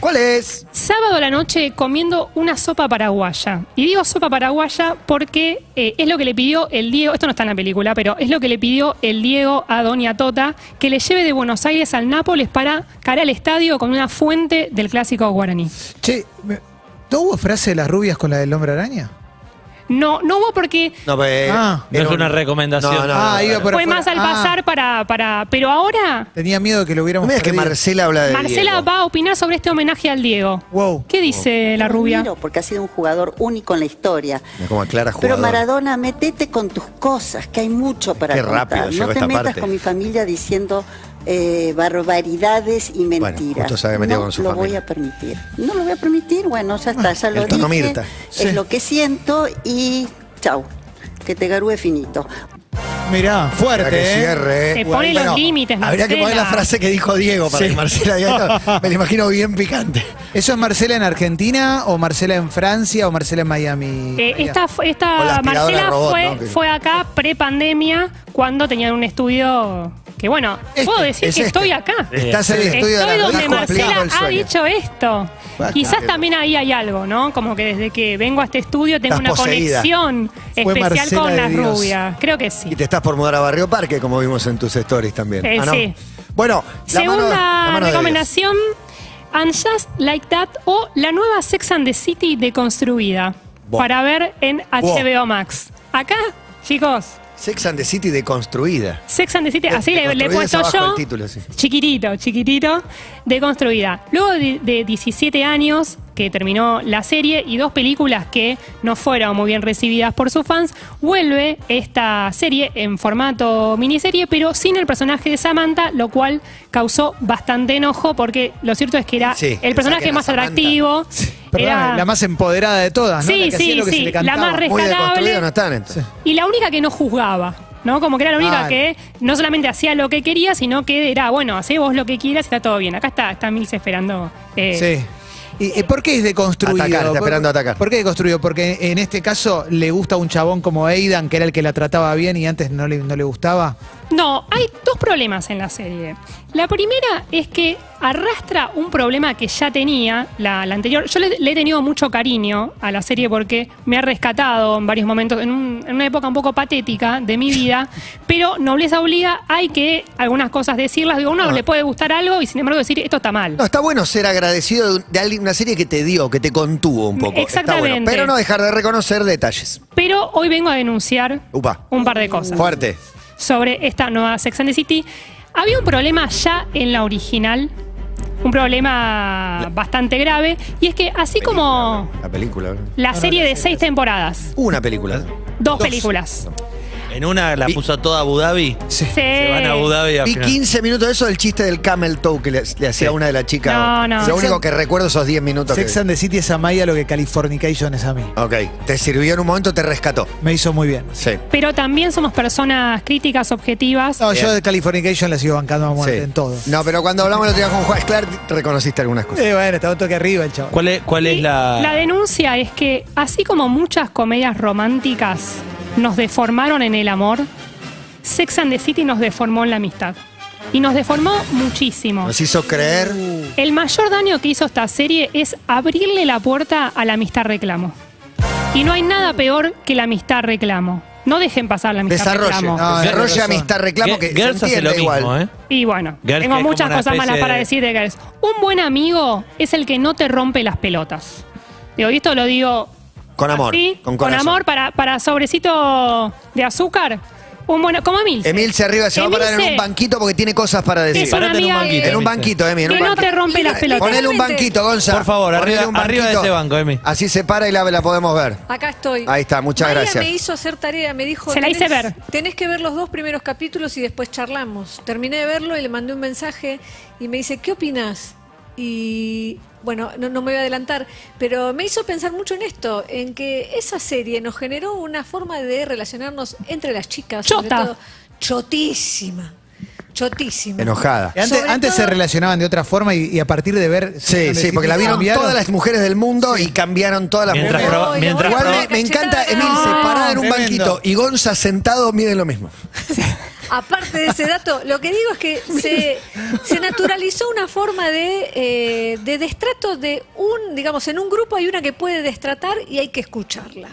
[SPEAKER 2] ¿Cuál es?
[SPEAKER 5] sábado a la noche comiendo una sopa paraguaya. Y digo sopa paraguaya porque eh, es lo que le pidió el Diego, esto no está en la película, pero es lo que le pidió el Diego a Doña Tota, que le lleve de Buenos Aires al Nápoles para cara al estadio con una fuente del clásico guaraní.
[SPEAKER 4] Che, me- ¿no hubo frase de las rubias con la del hombre araña?
[SPEAKER 5] No, no hubo porque
[SPEAKER 2] No, pero-
[SPEAKER 4] Ah.
[SPEAKER 2] era
[SPEAKER 3] No es
[SPEAKER 2] un-
[SPEAKER 3] una recomendación.
[SPEAKER 2] No, no,
[SPEAKER 4] Ah,
[SPEAKER 2] no,
[SPEAKER 4] iba
[SPEAKER 2] no.
[SPEAKER 4] por- Pero
[SPEAKER 5] fue
[SPEAKER 4] fuera-
[SPEAKER 5] más al
[SPEAKER 4] ah.
[SPEAKER 5] pasar para, para. Pero ahora
[SPEAKER 4] Tenía miedo de que lo
[SPEAKER 2] No
[SPEAKER 4] hubiéramos
[SPEAKER 2] me digas que
[SPEAKER 4] perdido.
[SPEAKER 2] Marcela habla de
[SPEAKER 5] Marcela
[SPEAKER 2] Diego.
[SPEAKER 5] va a opinar sobre este homenaje al Diego.
[SPEAKER 4] Wow.
[SPEAKER 5] ¿Qué dice la rubia?
[SPEAKER 1] Miro, porque ha sido un jugador único en la historia.
[SPEAKER 2] Mirá cómo aclara
[SPEAKER 1] Pero
[SPEAKER 2] jugador.
[SPEAKER 1] Maradona, metete con tus cosas, que hay mucho para
[SPEAKER 2] Qué
[SPEAKER 1] contar.
[SPEAKER 2] rápido llegó
[SPEAKER 1] no te
[SPEAKER 2] esta
[SPEAKER 1] metas
[SPEAKER 2] parte.
[SPEAKER 1] con mi familia diciendo eh, barbaridades y mentiras.
[SPEAKER 2] justo se había metido
[SPEAKER 1] no
[SPEAKER 2] con su
[SPEAKER 1] lo
[SPEAKER 2] familia. Ah,
[SPEAKER 1] voy a permitir. No lo voy a permitir, bueno, ya está, ya lo
[SPEAKER 2] el tono
[SPEAKER 1] dije.
[SPEAKER 2] Mirta.
[SPEAKER 4] Sí.
[SPEAKER 1] Es lo que siento y chau. Que te garúe finito.
[SPEAKER 4] Mirá,
[SPEAKER 2] Mirá
[SPEAKER 4] fuerte,
[SPEAKER 2] que
[SPEAKER 4] ¿eh?
[SPEAKER 2] cierre,
[SPEAKER 5] Te
[SPEAKER 2] eh.
[SPEAKER 5] pone los límites,
[SPEAKER 2] Habría que poner la
[SPEAKER 5] Marcela.
[SPEAKER 2] frase que dijo Diego para que Marcela diga
[SPEAKER 5] (laughs)
[SPEAKER 2] esto. Me lo imagino bien picante.
[SPEAKER 4] ¿Eso es Marcela en Argentina o Marcela en Francia o Marcela en Miami?
[SPEAKER 5] Eh, esta fu-
[SPEAKER 2] Con la
[SPEAKER 5] esta
[SPEAKER 2] aspiradora
[SPEAKER 5] Marcela
[SPEAKER 2] robot,
[SPEAKER 5] fue,
[SPEAKER 2] ¿no? Que-
[SPEAKER 5] fue acá pre-pandemia cuando tenían un estudio que, bueno,
[SPEAKER 4] Este,
[SPEAKER 5] puedo decir
[SPEAKER 2] es
[SPEAKER 5] que
[SPEAKER 2] este.
[SPEAKER 5] estoy acá.
[SPEAKER 3] Sí.
[SPEAKER 2] Estás en el
[SPEAKER 5] Estoy
[SPEAKER 2] estudio de la
[SPEAKER 5] donde
[SPEAKER 2] Rodríguez cumpliendo
[SPEAKER 5] Marcela
[SPEAKER 2] el
[SPEAKER 5] ha
[SPEAKER 2] sueño.
[SPEAKER 5] dicho esto.
[SPEAKER 4] Basta.
[SPEAKER 5] Quizás también ahí hay algo, ¿no? Como que desde que vengo a este estudio tengo
[SPEAKER 2] Estás
[SPEAKER 5] una
[SPEAKER 2] poseída.
[SPEAKER 5] conexión especial
[SPEAKER 4] Marcela
[SPEAKER 5] con
[SPEAKER 4] de
[SPEAKER 5] las
[SPEAKER 4] Dios.
[SPEAKER 5] rubias. Creo que sí.
[SPEAKER 2] Y te estás por mudar a Barrio Parque, como vimos en tus stories también. Ah,
[SPEAKER 5] Eh, sí.
[SPEAKER 2] Bueno, la mano-
[SPEAKER 5] Segunda
[SPEAKER 2] la mano de Dios.
[SPEAKER 5] recomendación, And Just Like That o la nueva Sex and the City deconstruida
[SPEAKER 2] Buah.
[SPEAKER 5] para ver en HBO Max. Acá, chicos,
[SPEAKER 2] Sex and the City deconstruida.
[SPEAKER 5] Sex and the City, así le, le he
[SPEAKER 2] Deconstruida es
[SPEAKER 5] puesto
[SPEAKER 2] abajo
[SPEAKER 5] yo.
[SPEAKER 2] el título, sí.
[SPEAKER 5] Chiquitito, chiquitito, deconstruida. Luego de, de 17 años que terminó la serie y dos películas que no fueron muy bien recibidas por sus fans, vuelve esta serie en formato miniserie, pero sin el personaje de Samantha, lo cual causó bastante enojo porque lo cierto es que era
[SPEAKER 2] Sí, que
[SPEAKER 5] el personaje
[SPEAKER 2] saquen a
[SPEAKER 5] más
[SPEAKER 2] Samantha.
[SPEAKER 5] atractivo.
[SPEAKER 4] Perdóname,
[SPEAKER 5] era-
[SPEAKER 4] la más empoderada de todas, ¿no?
[SPEAKER 5] Sí,
[SPEAKER 4] la que hacía
[SPEAKER 5] sí,
[SPEAKER 4] lo que
[SPEAKER 5] sí,
[SPEAKER 4] se le
[SPEAKER 5] la
[SPEAKER 4] cantaba.
[SPEAKER 5] más re-
[SPEAKER 2] Muy
[SPEAKER 5] Rescatable.
[SPEAKER 2] deconstruida no están entonces.
[SPEAKER 5] Y la única que no juzgaba, ¿no? Como que era la única
[SPEAKER 4] Claro.
[SPEAKER 5] que no solamente hacía lo que quería, sino que era, bueno, hacé vos lo que quieras, está todo bien. Acá está, está Mills esperando. eh,
[SPEAKER 4] Sí. ¿Y eh, por qué es deconstruido?
[SPEAKER 2] Atacar, está
[SPEAKER 4] ¿Por-
[SPEAKER 2] esperando atacar.
[SPEAKER 4] ¿Por qué deconstruido? Porque en este caso le gusta un chabón como Aidan, que era el que la trataba bien y antes no le, no le gustaba.
[SPEAKER 5] No, hay dos problemas en la serie. La primera es que arrastra un problema que ya tenía, la, la anterior. Yo le, le he tenido mucho cariño a la serie porque me ha rescatado en varios momentos, en, un- en una época un poco patética de mi
[SPEAKER 4] (laughs)
[SPEAKER 5] vida, pero nobleza obliga, hay que algunas cosas decirlas. Digo, a
[SPEAKER 4] Ah.
[SPEAKER 5] uno le puede gustar algo y sin embargo decir, esto está mal.
[SPEAKER 2] No, está bueno ser agradecido de un- de alguien- una serie que te dio, que te contuvo un poco. Está bueno,
[SPEAKER 5] Exactamente.
[SPEAKER 2] pero no dejar de reconocer detalles.
[SPEAKER 5] Pero hoy vengo a denunciar
[SPEAKER 2] Upa.
[SPEAKER 5] un par de cosas.
[SPEAKER 2] Fuerte.
[SPEAKER 5] sobre esta nueva Sex and the City. Había un problema ya en la original, un problema bastante grave, y es que así como
[SPEAKER 2] La película. ¿verdad?
[SPEAKER 5] la serie de seis temporadas,
[SPEAKER 2] Una película.
[SPEAKER 5] dos películas.
[SPEAKER 3] En una la
[SPEAKER 2] Y-
[SPEAKER 3] puso a toda Abu Dhabi.
[SPEAKER 4] Sí.
[SPEAKER 3] Se
[SPEAKER 5] Eh,
[SPEAKER 3] van a Abu Dhabi a
[SPEAKER 2] Vi
[SPEAKER 3] final.
[SPEAKER 2] 15 minutos de eso del chiste del camel toe que le, le hacía
[SPEAKER 3] Sí.
[SPEAKER 2] una de las chicas.
[SPEAKER 5] No, no.
[SPEAKER 2] Lo único que recuerdo esos 10 minutos. que
[SPEAKER 4] Sex and the City es a Maya lo que Californication es a mí.
[SPEAKER 2] Ok, te sirvió en un momento, te rescató.
[SPEAKER 4] Me hizo muy bien.
[SPEAKER 2] Sí.
[SPEAKER 5] Pero también somos personas críticas, objetivas.
[SPEAKER 4] No, yo
[SPEAKER 2] Bien.
[SPEAKER 4] de Californication la sigo bancando a muerte
[SPEAKER 2] sí.
[SPEAKER 4] en todo.
[SPEAKER 2] No, pero cuando hablamos el otro día con Juan Esclar, reconociste algunas cosas.
[SPEAKER 4] Eh, bueno, está un toque arriba el chavo.
[SPEAKER 3] ¿Cuál es, cuál es
[SPEAKER 5] Y
[SPEAKER 3] la,
[SPEAKER 5] denuncia es que, así como muchas comedias románticas nos deformaron en el amor, Sex and the City nos deformó en la amistad. Y nos deformó muchísimo.
[SPEAKER 2] Nos hizo creer.
[SPEAKER 3] uh,
[SPEAKER 5] El mayor daño que hizo esta serie es abrirle la puerta a la amistad reclamo. Y no hay nada peor que la amistad reclamo. No dejen pasar la amistad
[SPEAKER 2] Desarrolle.
[SPEAKER 4] No,
[SPEAKER 5] reclamo.
[SPEAKER 2] desarrolle
[SPEAKER 4] tiene razón.
[SPEAKER 2] amistad reclamo que
[SPEAKER 3] Ge-
[SPEAKER 2] se
[SPEAKER 3] Girls hace
[SPEAKER 2] entiende
[SPEAKER 3] lo mismo,
[SPEAKER 2] igual.
[SPEAKER 3] ¿eh?
[SPEAKER 5] Y bueno,
[SPEAKER 3] Girls, que
[SPEAKER 5] tengo
[SPEAKER 3] es como
[SPEAKER 5] muchas
[SPEAKER 3] una
[SPEAKER 5] cosas malas
[SPEAKER 3] especie
[SPEAKER 5] para
[SPEAKER 3] de-
[SPEAKER 5] decir de Girls. Un buen amigo es el que no te rompe las pelotas. Digo, y esto lo digo
[SPEAKER 2] Con amor.
[SPEAKER 5] así,
[SPEAKER 2] con,
[SPEAKER 5] con,
[SPEAKER 2] corazón.
[SPEAKER 5] amor para, para sobrecito de azúcar. Un buen, como Emil.
[SPEAKER 2] Emilce arriba se va a parar en
[SPEAKER 5] Emilce.
[SPEAKER 2] un banquito porque tiene cosas para decir.
[SPEAKER 5] Es una
[SPEAKER 3] Parate en un
[SPEAKER 5] amiga
[SPEAKER 3] banquito.
[SPEAKER 5] que-
[SPEAKER 2] En un
[SPEAKER 3] Emilce.
[SPEAKER 2] banquito, Emi. en un
[SPEAKER 5] Que no
[SPEAKER 2] banquito.
[SPEAKER 5] te rompe las pelotas.
[SPEAKER 2] Ponele un
[SPEAKER 6] Literalmente.
[SPEAKER 2] banquito, Gonza.
[SPEAKER 3] Por favor,
[SPEAKER 2] Ponele
[SPEAKER 3] arriba- arriba de ese banco, Emi.
[SPEAKER 2] Así se para y la, la podemos ver.
[SPEAKER 6] Acá estoy.
[SPEAKER 2] Ahí está, muchas
[SPEAKER 6] Mayra
[SPEAKER 2] gracias.
[SPEAKER 6] me hizo hacer tarea, me dijo.
[SPEAKER 5] Se la hice
[SPEAKER 6] "Tenés-
[SPEAKER 5] ver".
[SPEAKER 6] Tenés que ver los dos primeros capítulos y después charlamos. Terminé de verlo y le mandé un mensaje y me dice, ¿qué opinás? Y bueno, no, no me voy a adelantar, pero me hizo pensar mucho en esto, en que esa serie nos generó una forma de relacionarnos entre las chicas. sobre
[SPEAKER 5] Chota.
[SPEAKER 6] todo. Chotísima. Chotísima.
[SPEAKER 2] Enojada.
[SPEAKER 4] Antes,
[SPEAKER 6] Sobre
[SPEAKER 4] antes
[SPEAKER 6] todo-
[SPEAKER 4] se relacionaban de otra forma y, y a partir de ver. Sex
[SPEAKER 2] Sí,
[SPEAKER 4] and the
[SPEAKER 2] sí,
[SPEAKER 4] City
[SPEAKER 2] porque la vieron
[SPEAKER 4] cambiaron.
[SPEAKER 2] todas las mujeres del mundo y cambiaron todas las
[SPEAKER 3] Mientras
[SPEAKER 2] mujeres.
[SPEAKER 3] proba-
[SPEAKER 6] Ay,
[SPEAKER 3] mientras
[SPEAKER 6] ahora
[SPEAKER 2] Igual me,
[SPEAKER 3] proba-
[SPEAKER 6] la
[SPEAKER 2] me encanta
[SPEAKER 6] cachetada.
[SPEAKER 2] Emil separada en un
[SPEAKER 4] Tremendo.
[SPEAKER 2] banquito y Gonza sentado miden lo mismo.
[SPEAKER 6] Aparte de ese dato, lo que digo es que se, se naturalizó una forma de, eh, de destrato de un, digamos, en un grupo hay una que puede destratar y hay que escucharla.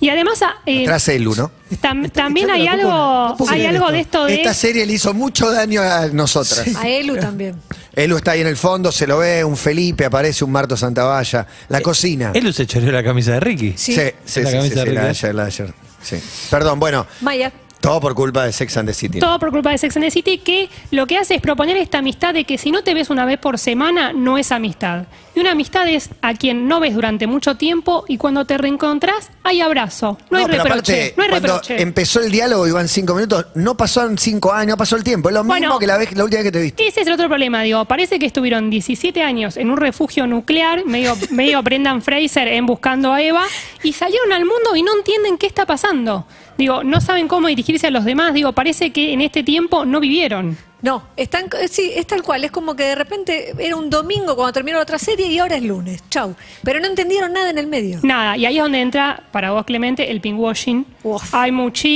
[SPEAKER 5] Y además, ah, eh,
[SPEAKER 2] Tras el uno.
[SPEAKER 5] tam- también hay
[SPEAKER 4] escuchando la cúpula.
[SPEAKER 5] algo,
[SPEAKER 4] No puedo
[SPEAKER 5] hay
[SPEAKER 4] creer
[SPEAKER 5] algo
[SPEAKER 4] esto.
[SPEAKER 5] de esto ¿eh? de.
[SPEAKER 2] Esta serie le hizo mucho daño a nosotras.
[SPEAKER 6] A Elu también.
[SPEAKER 2] Elu está ahí en el fondo, se lo ve, un Felipe, aparece un Marto Santavalla.
[SPEAKER 3] Eh,
[SPEAKER 2] La cocina.
[SPEAKER 3] Él se choreó la camisa de Ricky.
[SPEAKER 2] Sí,
[SPEAKER 6] Sí.
[SPEAKER 2] sí,
[SPEAKER 3] La
[SPEAKER 2] sí, sí,
[SPEAKER 3] camisa
[SPEAKER 2] sí, la de
[SPEAKER 3] rica.
[SPEAKER 2] ayer, la de ayer. Sí. Perdón, bueno,
[SPEAKER 6] Maya,
[SPEAKER 2] todo por culpa de Sex and the City.
[SPEAKER 5] Todo por culpa de Sex and the City, que lo que hace es proponer esta amistad de que si no te ves una vez por semana, no es amistad. Y una amistad es a quien no ves durante mucho tiempo y cuando te reencontrás, hay abrazo. No, hay
[SPEAKER 2] pero
[SPEAKER 5] reproche.
[SPEAKER 2] aparte,
[SPEAKER 5] no hay
[SPEAKER 2] cuando
[SPEAKER 5] reproche.
[SPEAKER 2] empezó el diálogo, Iván, cinco minutos, no pasaron cinco años, no pasó el tiempo. Es lo mismo
[SPEAKER 5] Bueno.
[SPEAKER 2] que la, vez, la última vez que te viste.
[SPEAKER 5] Ese es el otro problema, digo. Parece que estuvieron 17 años en un refugio nuclear,
[SPEAKER 2] (laughs)
[SPEAKER 5] medio, medio Brendan Fraser en Buscando a Eva, y salieron al mundo y no entienden qué está pasando. Digo, no saben cómo dirigirse a los demás. Digo, parece que en este tiempo no vivieron.
[SPEAKER 6] no, están, eh, sí, es tal cual, es como que de repente era un domingo cuando terminó la otra serie y ahora es lunes, chau. Pero no entendieron nada en el medio.
[SPEAKER 5] Nada, y ahí es donde entra, para vos, Clemente, el pinkwashing.
[SPEAKER 6] Uf.
[SPEAKER 5] Hay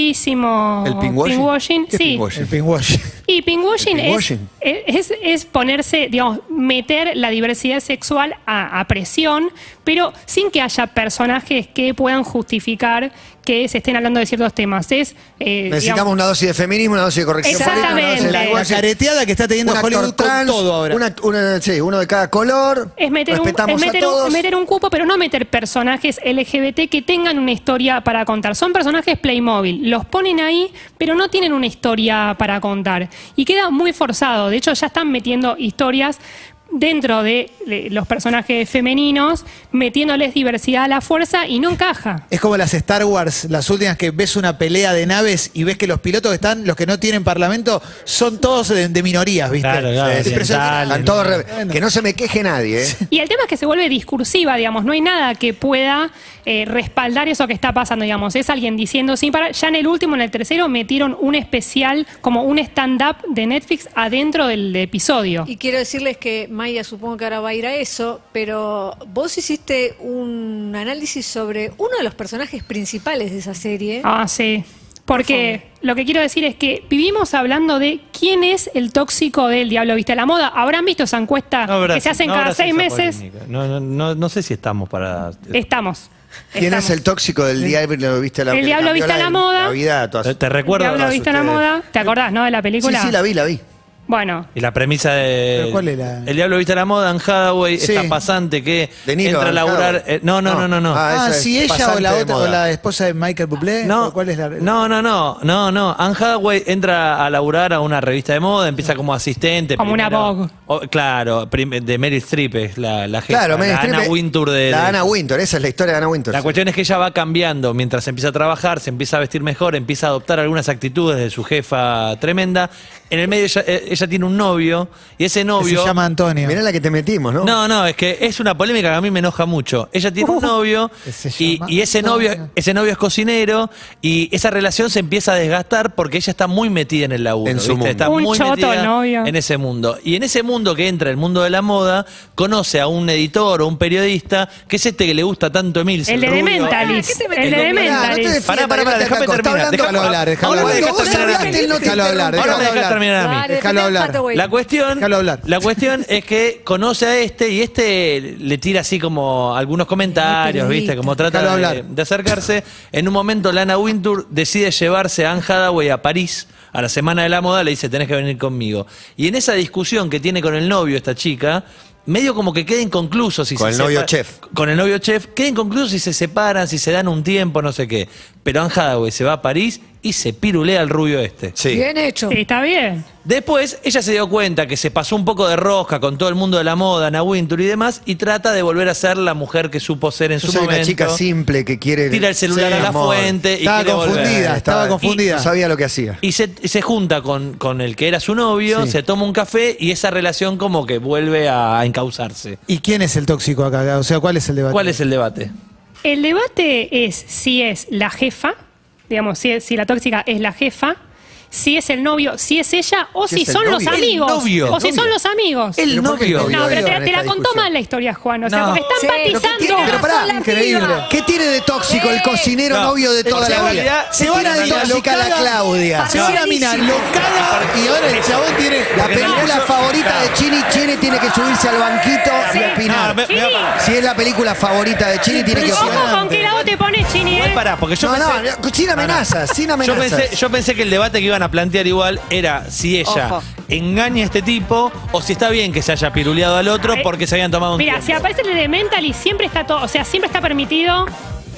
[SPEAKER 5] muchísimo
[SPEAKER 2] ¿El pinkwashing? ¿Qué
[SPEAKER 5] sí.
[SPEAKER 2] pinkwashing?
[SPEAKER 4] El pinwash.
[SPEAKER 5] Y pinkwashing,
[SPEAKER 2] ¿El pinkwashing?
[SPEAKER 5] Es, es- es ponerse, digamos, meter la diversidad sexual a, a presión, pero sin que haya personajes que puedan justificar que se estén hablando de ciertos temas. Es, eh,
[SPEAKER 2] Necesitamos
[SPEAKER 5] digamos,
[SPEAKER 2] una dosis de feminismo, una dosis de corrección. política, una dosis de
[SPEAKER 5] Exactamente.
[SPEAKER 4] La
[SPEAKER 2] lenguaje.
[SPEAKER 4] careteada que está teniendo
[SPEAKER 2] un actor
[SPEAKER 4] Hollywood con
[SPEAKER 2] trans,
[SPEAKER 4] todo ahora.
[SPEAKER 2] una- una- sí, uno de cada color.
[SPEAKER 5] es meter, un,
[SPEAKER 2] respetamos
[SPEAKER 5] es meter
[SPEAKER 2] a
[SPEAKER 5] un-
[SPEAKER 2] todos.
[SPEAKER 5] meter un cupo, pero no meter personajes LGBT que tengan una historia para contar. Son personajes Playmobil, los ponen ahí, pero no tienen una historia para contar. Y queda muy forzado. De hecho, ya están metiendo historias dentro de, de los personajes femeninos, metiéndoles diversidad a la fuerza y no encaja.
[SPEAKER 4] Es como las Star Wars, las últimas que ves una pelea de naves y ves que los pilotos que están, los que no tienen parlamento, son todos de, de minorías, ¿viste?
[SPEAKER 3] Claro, claro,
[SPEAKER 4] Es impresionante.
[SPEAKER 2] Están
[SPEAKER 3] orientales.
[SPEAKER 2] todos re- que no se me queje nadie. ¿eh?
[SPEAKER 5] Y el tema es que se vuelve discursiva, digamos, no hay nada que pueda eh, respaldar eso que está pasando, digamos. Es alguien diciendo sin parar. Ya en el último, en el tercero, metieron un especial, como un stand-up de Netflix adentro del episodio.
[SPEAKER 6] Y quiero decirles que Maya supongo que ahora va a ir a eso, pero vos hiciste un análisis sobre uno de los personajes principales de esa serie.
[SPEAKER 5] Ah, sí. Porque lo que quiero decir es que vivimos hablando de quién es el tóxico del diablo viste a la moda. Habrán visto esa encuesta
[SPEAKER 3] No habrá-
[SPEAKER 5] que se hacen
[SPEAKER 3] no
[SPEAKER 5] cada
[SPEAKER 3] habrá
[SPEAKER 5] seis
[SPEAKER 3] esa
[SPEAKER 5] meses.
[SPEAKER 3] polémica. No, no, no, no sé si estamos para.
[SPEAKER 5] Estamos.
[SPEAKER 2] ¿Quién es el tóxico del diablo viste a la
[SPEAKER 5] El
[SPEAKER 2] que le
[SPEAKER 5] diablo
[SPEAKER 2] cambió
[SPEAKER 5] viste a la moda.
[SPEAKER 2] La vida a todas-
[SPEAKER 3] Te, te recuerdo.
[SPEAKER 5] diablo
[SPEAKER 2] todas
[SPEAKER 5] viste a la
[SPEAKER 2] ustedes.
[SPEAKER 5] moda. ¿Te acordás, no? De la
[SPEAKER 2] Sí,
[SPEAKER 5] película.
[SPEAKER 2] sí, la vi, la vi.
[SPEAKER 5] Bueno,
[SPEAKER 3] Y la premisa de.
[SPEAKER 4] ¿Pero cuál era?
[SPEAKER 3] El diablo viste a la moda, en Hathaway,
[SPEAKER 4] Sí.
[SPEAKER 3] esta pasante que
[SPEAKER 2] De Niro,
[SPEAKER 3] entra a
[SPEAKER 2] Anne
[SPEAKER 3] laburar.
[SPEAKER 2] Hathaway.
[SPEAKER 3] eh, no, no, no, no. no.
[SPEAKER 2] Ah,
[SPEAKER 4] Ah,
[SPEAKER 2] esa
[SPEAKER 4] si
[SPEAKER 2] es
[SPEAKER 4] ella o
[SPEAKER 2] pasante
[SPEAKER 4] la
[SPEAKER 2] de
[SPEAKER 4] otra,
[SPEAKER 2] moda.
[SPEAKER 4] o la esposa de Michael Bublé, ¿o ¿cuál es la
[SPEAKER 3] no, no, no, no, no. Anne Hathaway entra a laburar a una revista de moda, empieza como asistente.
[SPEAKER 5] Como una Vogue.
[SPEAKER 3] o- claro, prim- de Meryl Streep es la, la jefa,
[SPEAKER 2] Claro, Meryl
[SPEAKER 3] la
[SPEAKER 2] Streep
[SPEAKER 3] Anna
[SPEAKER 2] es-
[SPEAKER 3] Wintour de...
[SPEAKER 2] La
[SPEAKER 3] de-
[SPEAKER 2] Ana Wintour, esa es la historia de Ana Wintour.
[SPEAKER 3] La
[SPEAKER 2] sí.
[SPEAKER 3] cuestión es que ella va cambiando mientras empieza a trabajar, se empieza a vestir mejor, empieza a adoptar algunas actitudes de su jefa tremenda. En el medio ella, eh, ella tiene un novio y ese
[SPEAKER 4] Que se
[SPEAKER 3] novio...
[SPEAKER 4] llama Antonio.
[SPEAKER 2] Mirá la que te metimos, ¿no? Uh,
[SPEAKER 3] No, no, es que es una polémica que a mí me enoja mucho. Ella tiene un novio
[SPEAKER 4] Ese
[SPEAKER 3] y,
[SPEAKER 4] llama-
[SPEAKER 3] y ese novio,
[SPEAKER 4] Antonio.
[SPEAKER 3] ese novio es cocinero y esa relación se empieza a desgastar porque ella está muy metida en el laburo.
[SPEAKER 2] En su
[SPEAKER 3] ¿viste?
[SPEAKER 2] mundo.
[SPEAKER 3] Está
[SPEAKER 5] Un
[SPEAKER 3] muy
[SPEAKER 5] choto
[SPEAKER 3] metida
[SPEAKER 5] el novio.
[SPEAKER 3] en ese mundo. Y en ese mundo que entra el mundo de la moda, conoce a un editor o un periodista que es este que le gusta tanto a Emilce.
[SPEAKER 5] el de
[SPEAKER 3] rubio.
[SPEAKER 5] Dementalis.
[SPEAKER 6] Ah, ¿qué te
[SPEAKER 5] El
[SPEAKER 2] Pará,
[SPEAKER 5] de
[SPEAKER 6] metes?
[SPEAKER 2] no te
[SPEAKER 5] Dementalis.
[SPEAKER 2] defiendas,
[SPEAKER 3] Pará, pará, pará,
[SPEAKER 4] déjame
[SPEAKER 3] déjame terminar, déjame-
[SPEAKER 4] hablar, déjalo
[SPEAKER 3] ahora
[SPEAKER 4] hablar.
[SPEAKER 3] me
[SPEAKER 4] Cuando
[SPEAKER 3] dejas
[SPEAKER 4] vos
[SPEAKER 3] terminar a mí.
[SPEAKER 4] hablaste, él no te lo hablar,
[SPEAKER 3] Ahora me
[SPEAKER 4] déjalo
[SPEAKER 3] dejas
[SPEAKER 4] hablar.
[SPEAKER 3] terminar a mí.
[SPEAKER 6] Dale,
[SPEAKER 4] Déjalo
[SPEAKER 6] defendé a
[SPEAKER 4] hablar.
[SPEAKER 6] Hathaway.
[SPEAKER 3] La cuestión,
[SPEAKER 4] Déjalo hablar.
[SPEAKER 3] la cuestión es que conoce a este y este le tira así como algunos comentarios,
[SPEAKER 6] Ay,
[SPEAKER 3] ¿viste? Como trata
[SPEAKER 4] Déjalo
[SPEAKER 3] de,
[SPEAKER 4] hablar.
[SPEAKER 3] de acercarse. En un momento Lana Wintour decide llevarse a Anne Hathaway a París a la Semana de la Moda, le dice, tenés que venir conmigo. Y en esa discusión que tiene con el novio esta chica, medio como que queda inconcluso si
[SPEAKER 2] Con
[SPEAKER 3] se
[SPEAKER 2] el novio
[SPEAKER 3] sepa-
[SPEAKER 2] chef.
[SPEAKER 3] Con el novio chef, queda inconcluso si se separan, si se dan un tiempo, no sé qué. Pero Anne Hathaway se va a París y se pirulea al rubio este.
[SPEAKER 2] Sí.
[SPEAKER 6] Bien hecho.
[SPEAKER 5] Sí, está bien.
[SPEAKER 3] Después ella se dio cuenta que se pasó un poco de rosca con todo el mundo de la moda, Ana Wintour y demás, y trata de volver a ser la mujer que supo ser en
[SPEAKER 2] Yo
[SPEAKER 3] su
[SPEAKER 2] soy
[SPEAKER 3] momento.
[SPEAKER 2] una chica simple que quiere.
[SPEAKER 3] Tira el celular
[SPEAKER 2] Sí,
[SPEAKER 3] a la
[SPEAKER 2] amor.
[SPEAKER 3] fuente y
[SPEAKER 4] Estaba
[SPEAKER 3] quiere volver.
[SPEAKER 4] confundida, estaba
[SPEAKER 2] Y-
[SPEAKER 4] confundida.
[SPEAKER 2] No sabía lo que hacía.
[SPEAKER 3] Y se, se junta con, con el que era su novio, se toma un café y esa relación como que vuelve a encauzarse.
[SPEAKER 4] ¿Y quién es el tóxico acá? O sea, ¿cuál es el debate?
[SPEAKER 3] ¿Cuál es el debate?
[SPEAKER 5] El debate es si es la jefa, digamos, si, es- si la tóxica es la jefa, si es el novio, si es ella o
[SPEAKER 2] Si
[SPEAKER 5] si
[SPEAKER 2] es el
[SPEAKER 5] son los
[SPEAKER 2] novio. El
[SPEAKER 5] amigos.
[SPEAKER 3] novio.
[SPEAKER 5] O si
[SPEAKER 2] El novio.
[SPEAKER 5] son los amigos.
[SPEAKER 3] El
[SPEAKER 2] ¿Pero por qué
[SPEAKER 3] novio.
[SPEAKER 2] el novio
[SPEAKER 5] no, pero
[SPEAKER 2] entra
[SPEAKER 5] te,
[SPEAKER 2] en
[SPEAKER 5] te la
[SPEAKER 2] esta
[SPEAKER 5] contó
[SPEAKER 2] discusión?
[SPEAKER 5] mal la historia, Juan. O sea,
[SPEAKER 3] No.
[SPEAKER 5] porque está
[SPEAKER 6] Sí,
[SPEAKER 5] empatizando.
[SPEAKER 2] ¿Pero qué tiene? Pero pará,
[SPEAKER 6] Sola
[SPEAKER 4] increíble.
[SPEAKER 6] piba.
[SPEAKER 2] ¿Qué tiene de tóxico el
[SPEAKER 6] Sí.
[SPEAKER 2] cocinero
[SPEAKER 3] No.
[SPEAKER 2] novio de toda
[SPEAKER 3] Se
[SPEAKER 2] la
[SPEAKER 3] van
[SPEAKER 2] vida?
[SPEAKER 3] a-
[SPEAKER 2] Se
[SPEAKER 3] se
[SPEAKER 2] van
[SPEAKER 3] van
[SPEAKER 2] a
[SPEAKER 3] a mirar,
[SPEAKER 2] tóxica
[SPEAKER 4] lo
[SPEAKER 2] la
[SPEAKER 4] cagan.
[SPEAKER 2] Claudia.
[SPEAKER 4] Se va a la mina, lo caga y ahora el chabón tiene
[SPEAKER 2] La
[SPEAKER 4] pe-
[SPEAKER 2] película favorita de Chini, Chini tiene que subirse al banquito y
[SPEAKER 3] No,
[SPEAKER 2] opinar.
[SPEAKER 3] me- me va a parar.
[SPEAKER 2] Si es la película favorita de Chini, tiene que
[SPEAKER 5] Ojo
[SPEAKER 2] opinar.
[SPEAKER 5] con que lado te pones, Chini,
[SPEAKER 3] Igual
[SPEAKER 5] ¿eh?
[SPEAKER 3] pará, porque yo
[SPEAKER 2] No, no,
[SPEAKER 3] pensé-
[SPEAKER 2] sin amenazas, sin
[SPEAKER 3] Yo
[SPEAKER 2] amenazas.
[SPEAKER 3] pensé, yo pensé que el debate que iban a plantear igual era si ella
[SPEAKER 1] Ojo.
[SPEAKER 3] engaña a este tipo o si está bien que se haya piruleado al otro porque se habían tomado un
[SPEAKER 5] Mira, si
[SPEAKER 3] tiempo.
[SPEAKER 5] aparece el de Mentalist, siempre está todo. O sea, siempre está permitido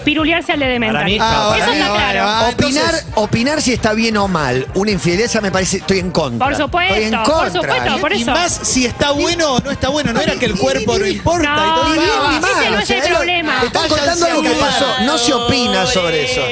[SPEAKER 5] pirulearse al de
[SPEAKER 3] Para mí,
[SPEAKER 5] Mentalist.
[SPEAKER 3] no, para
[SPEAKER 5] Eso
[SPEAKER 3] mí
[SPEAKER 5] está
[SPEAKER 3] no.
[SPEAKER 5] claro.
[SPEAKER 4] Ah,
[SPEAKER 2] opinar,
[SPEAKER 4] entonces-
[SPEAKER 2] opinar si está bien o mal. Una infidelidad esa me parece, estoy en contra.
[SPEAKER 5] Por supuesto,
[SPEAKER 2] Estoy en
[SPEAKER 5] por
[SPEAKER 2] contra.
[SPEAKER 5] supuesto, por
[SPEAKER 4] y
[SPEAKER 5] eso.
[SPEAKER 4] más si está bueno o no está bueno, no era que el cuerpo no importa. y
[SPEAKER 5] No,
[SPEAKER 4] todo.
[SPEAKER 5] no,
[SPEAKER 2] Ni bien ni
[SPEAKER 5] ese
[SPEAKER 2] mal,
[SPEAKER 5] no
[SPEAKER 2] o
[SPEAKER 5] es
[SPEAKER 2] sea,
[SPEAKER 5] el
[SPEAKER 2] es lo-
[SPEAKER 5] problema.
[SPEAKER 2] Te están contando algo que pasó. No se opina sobre eso.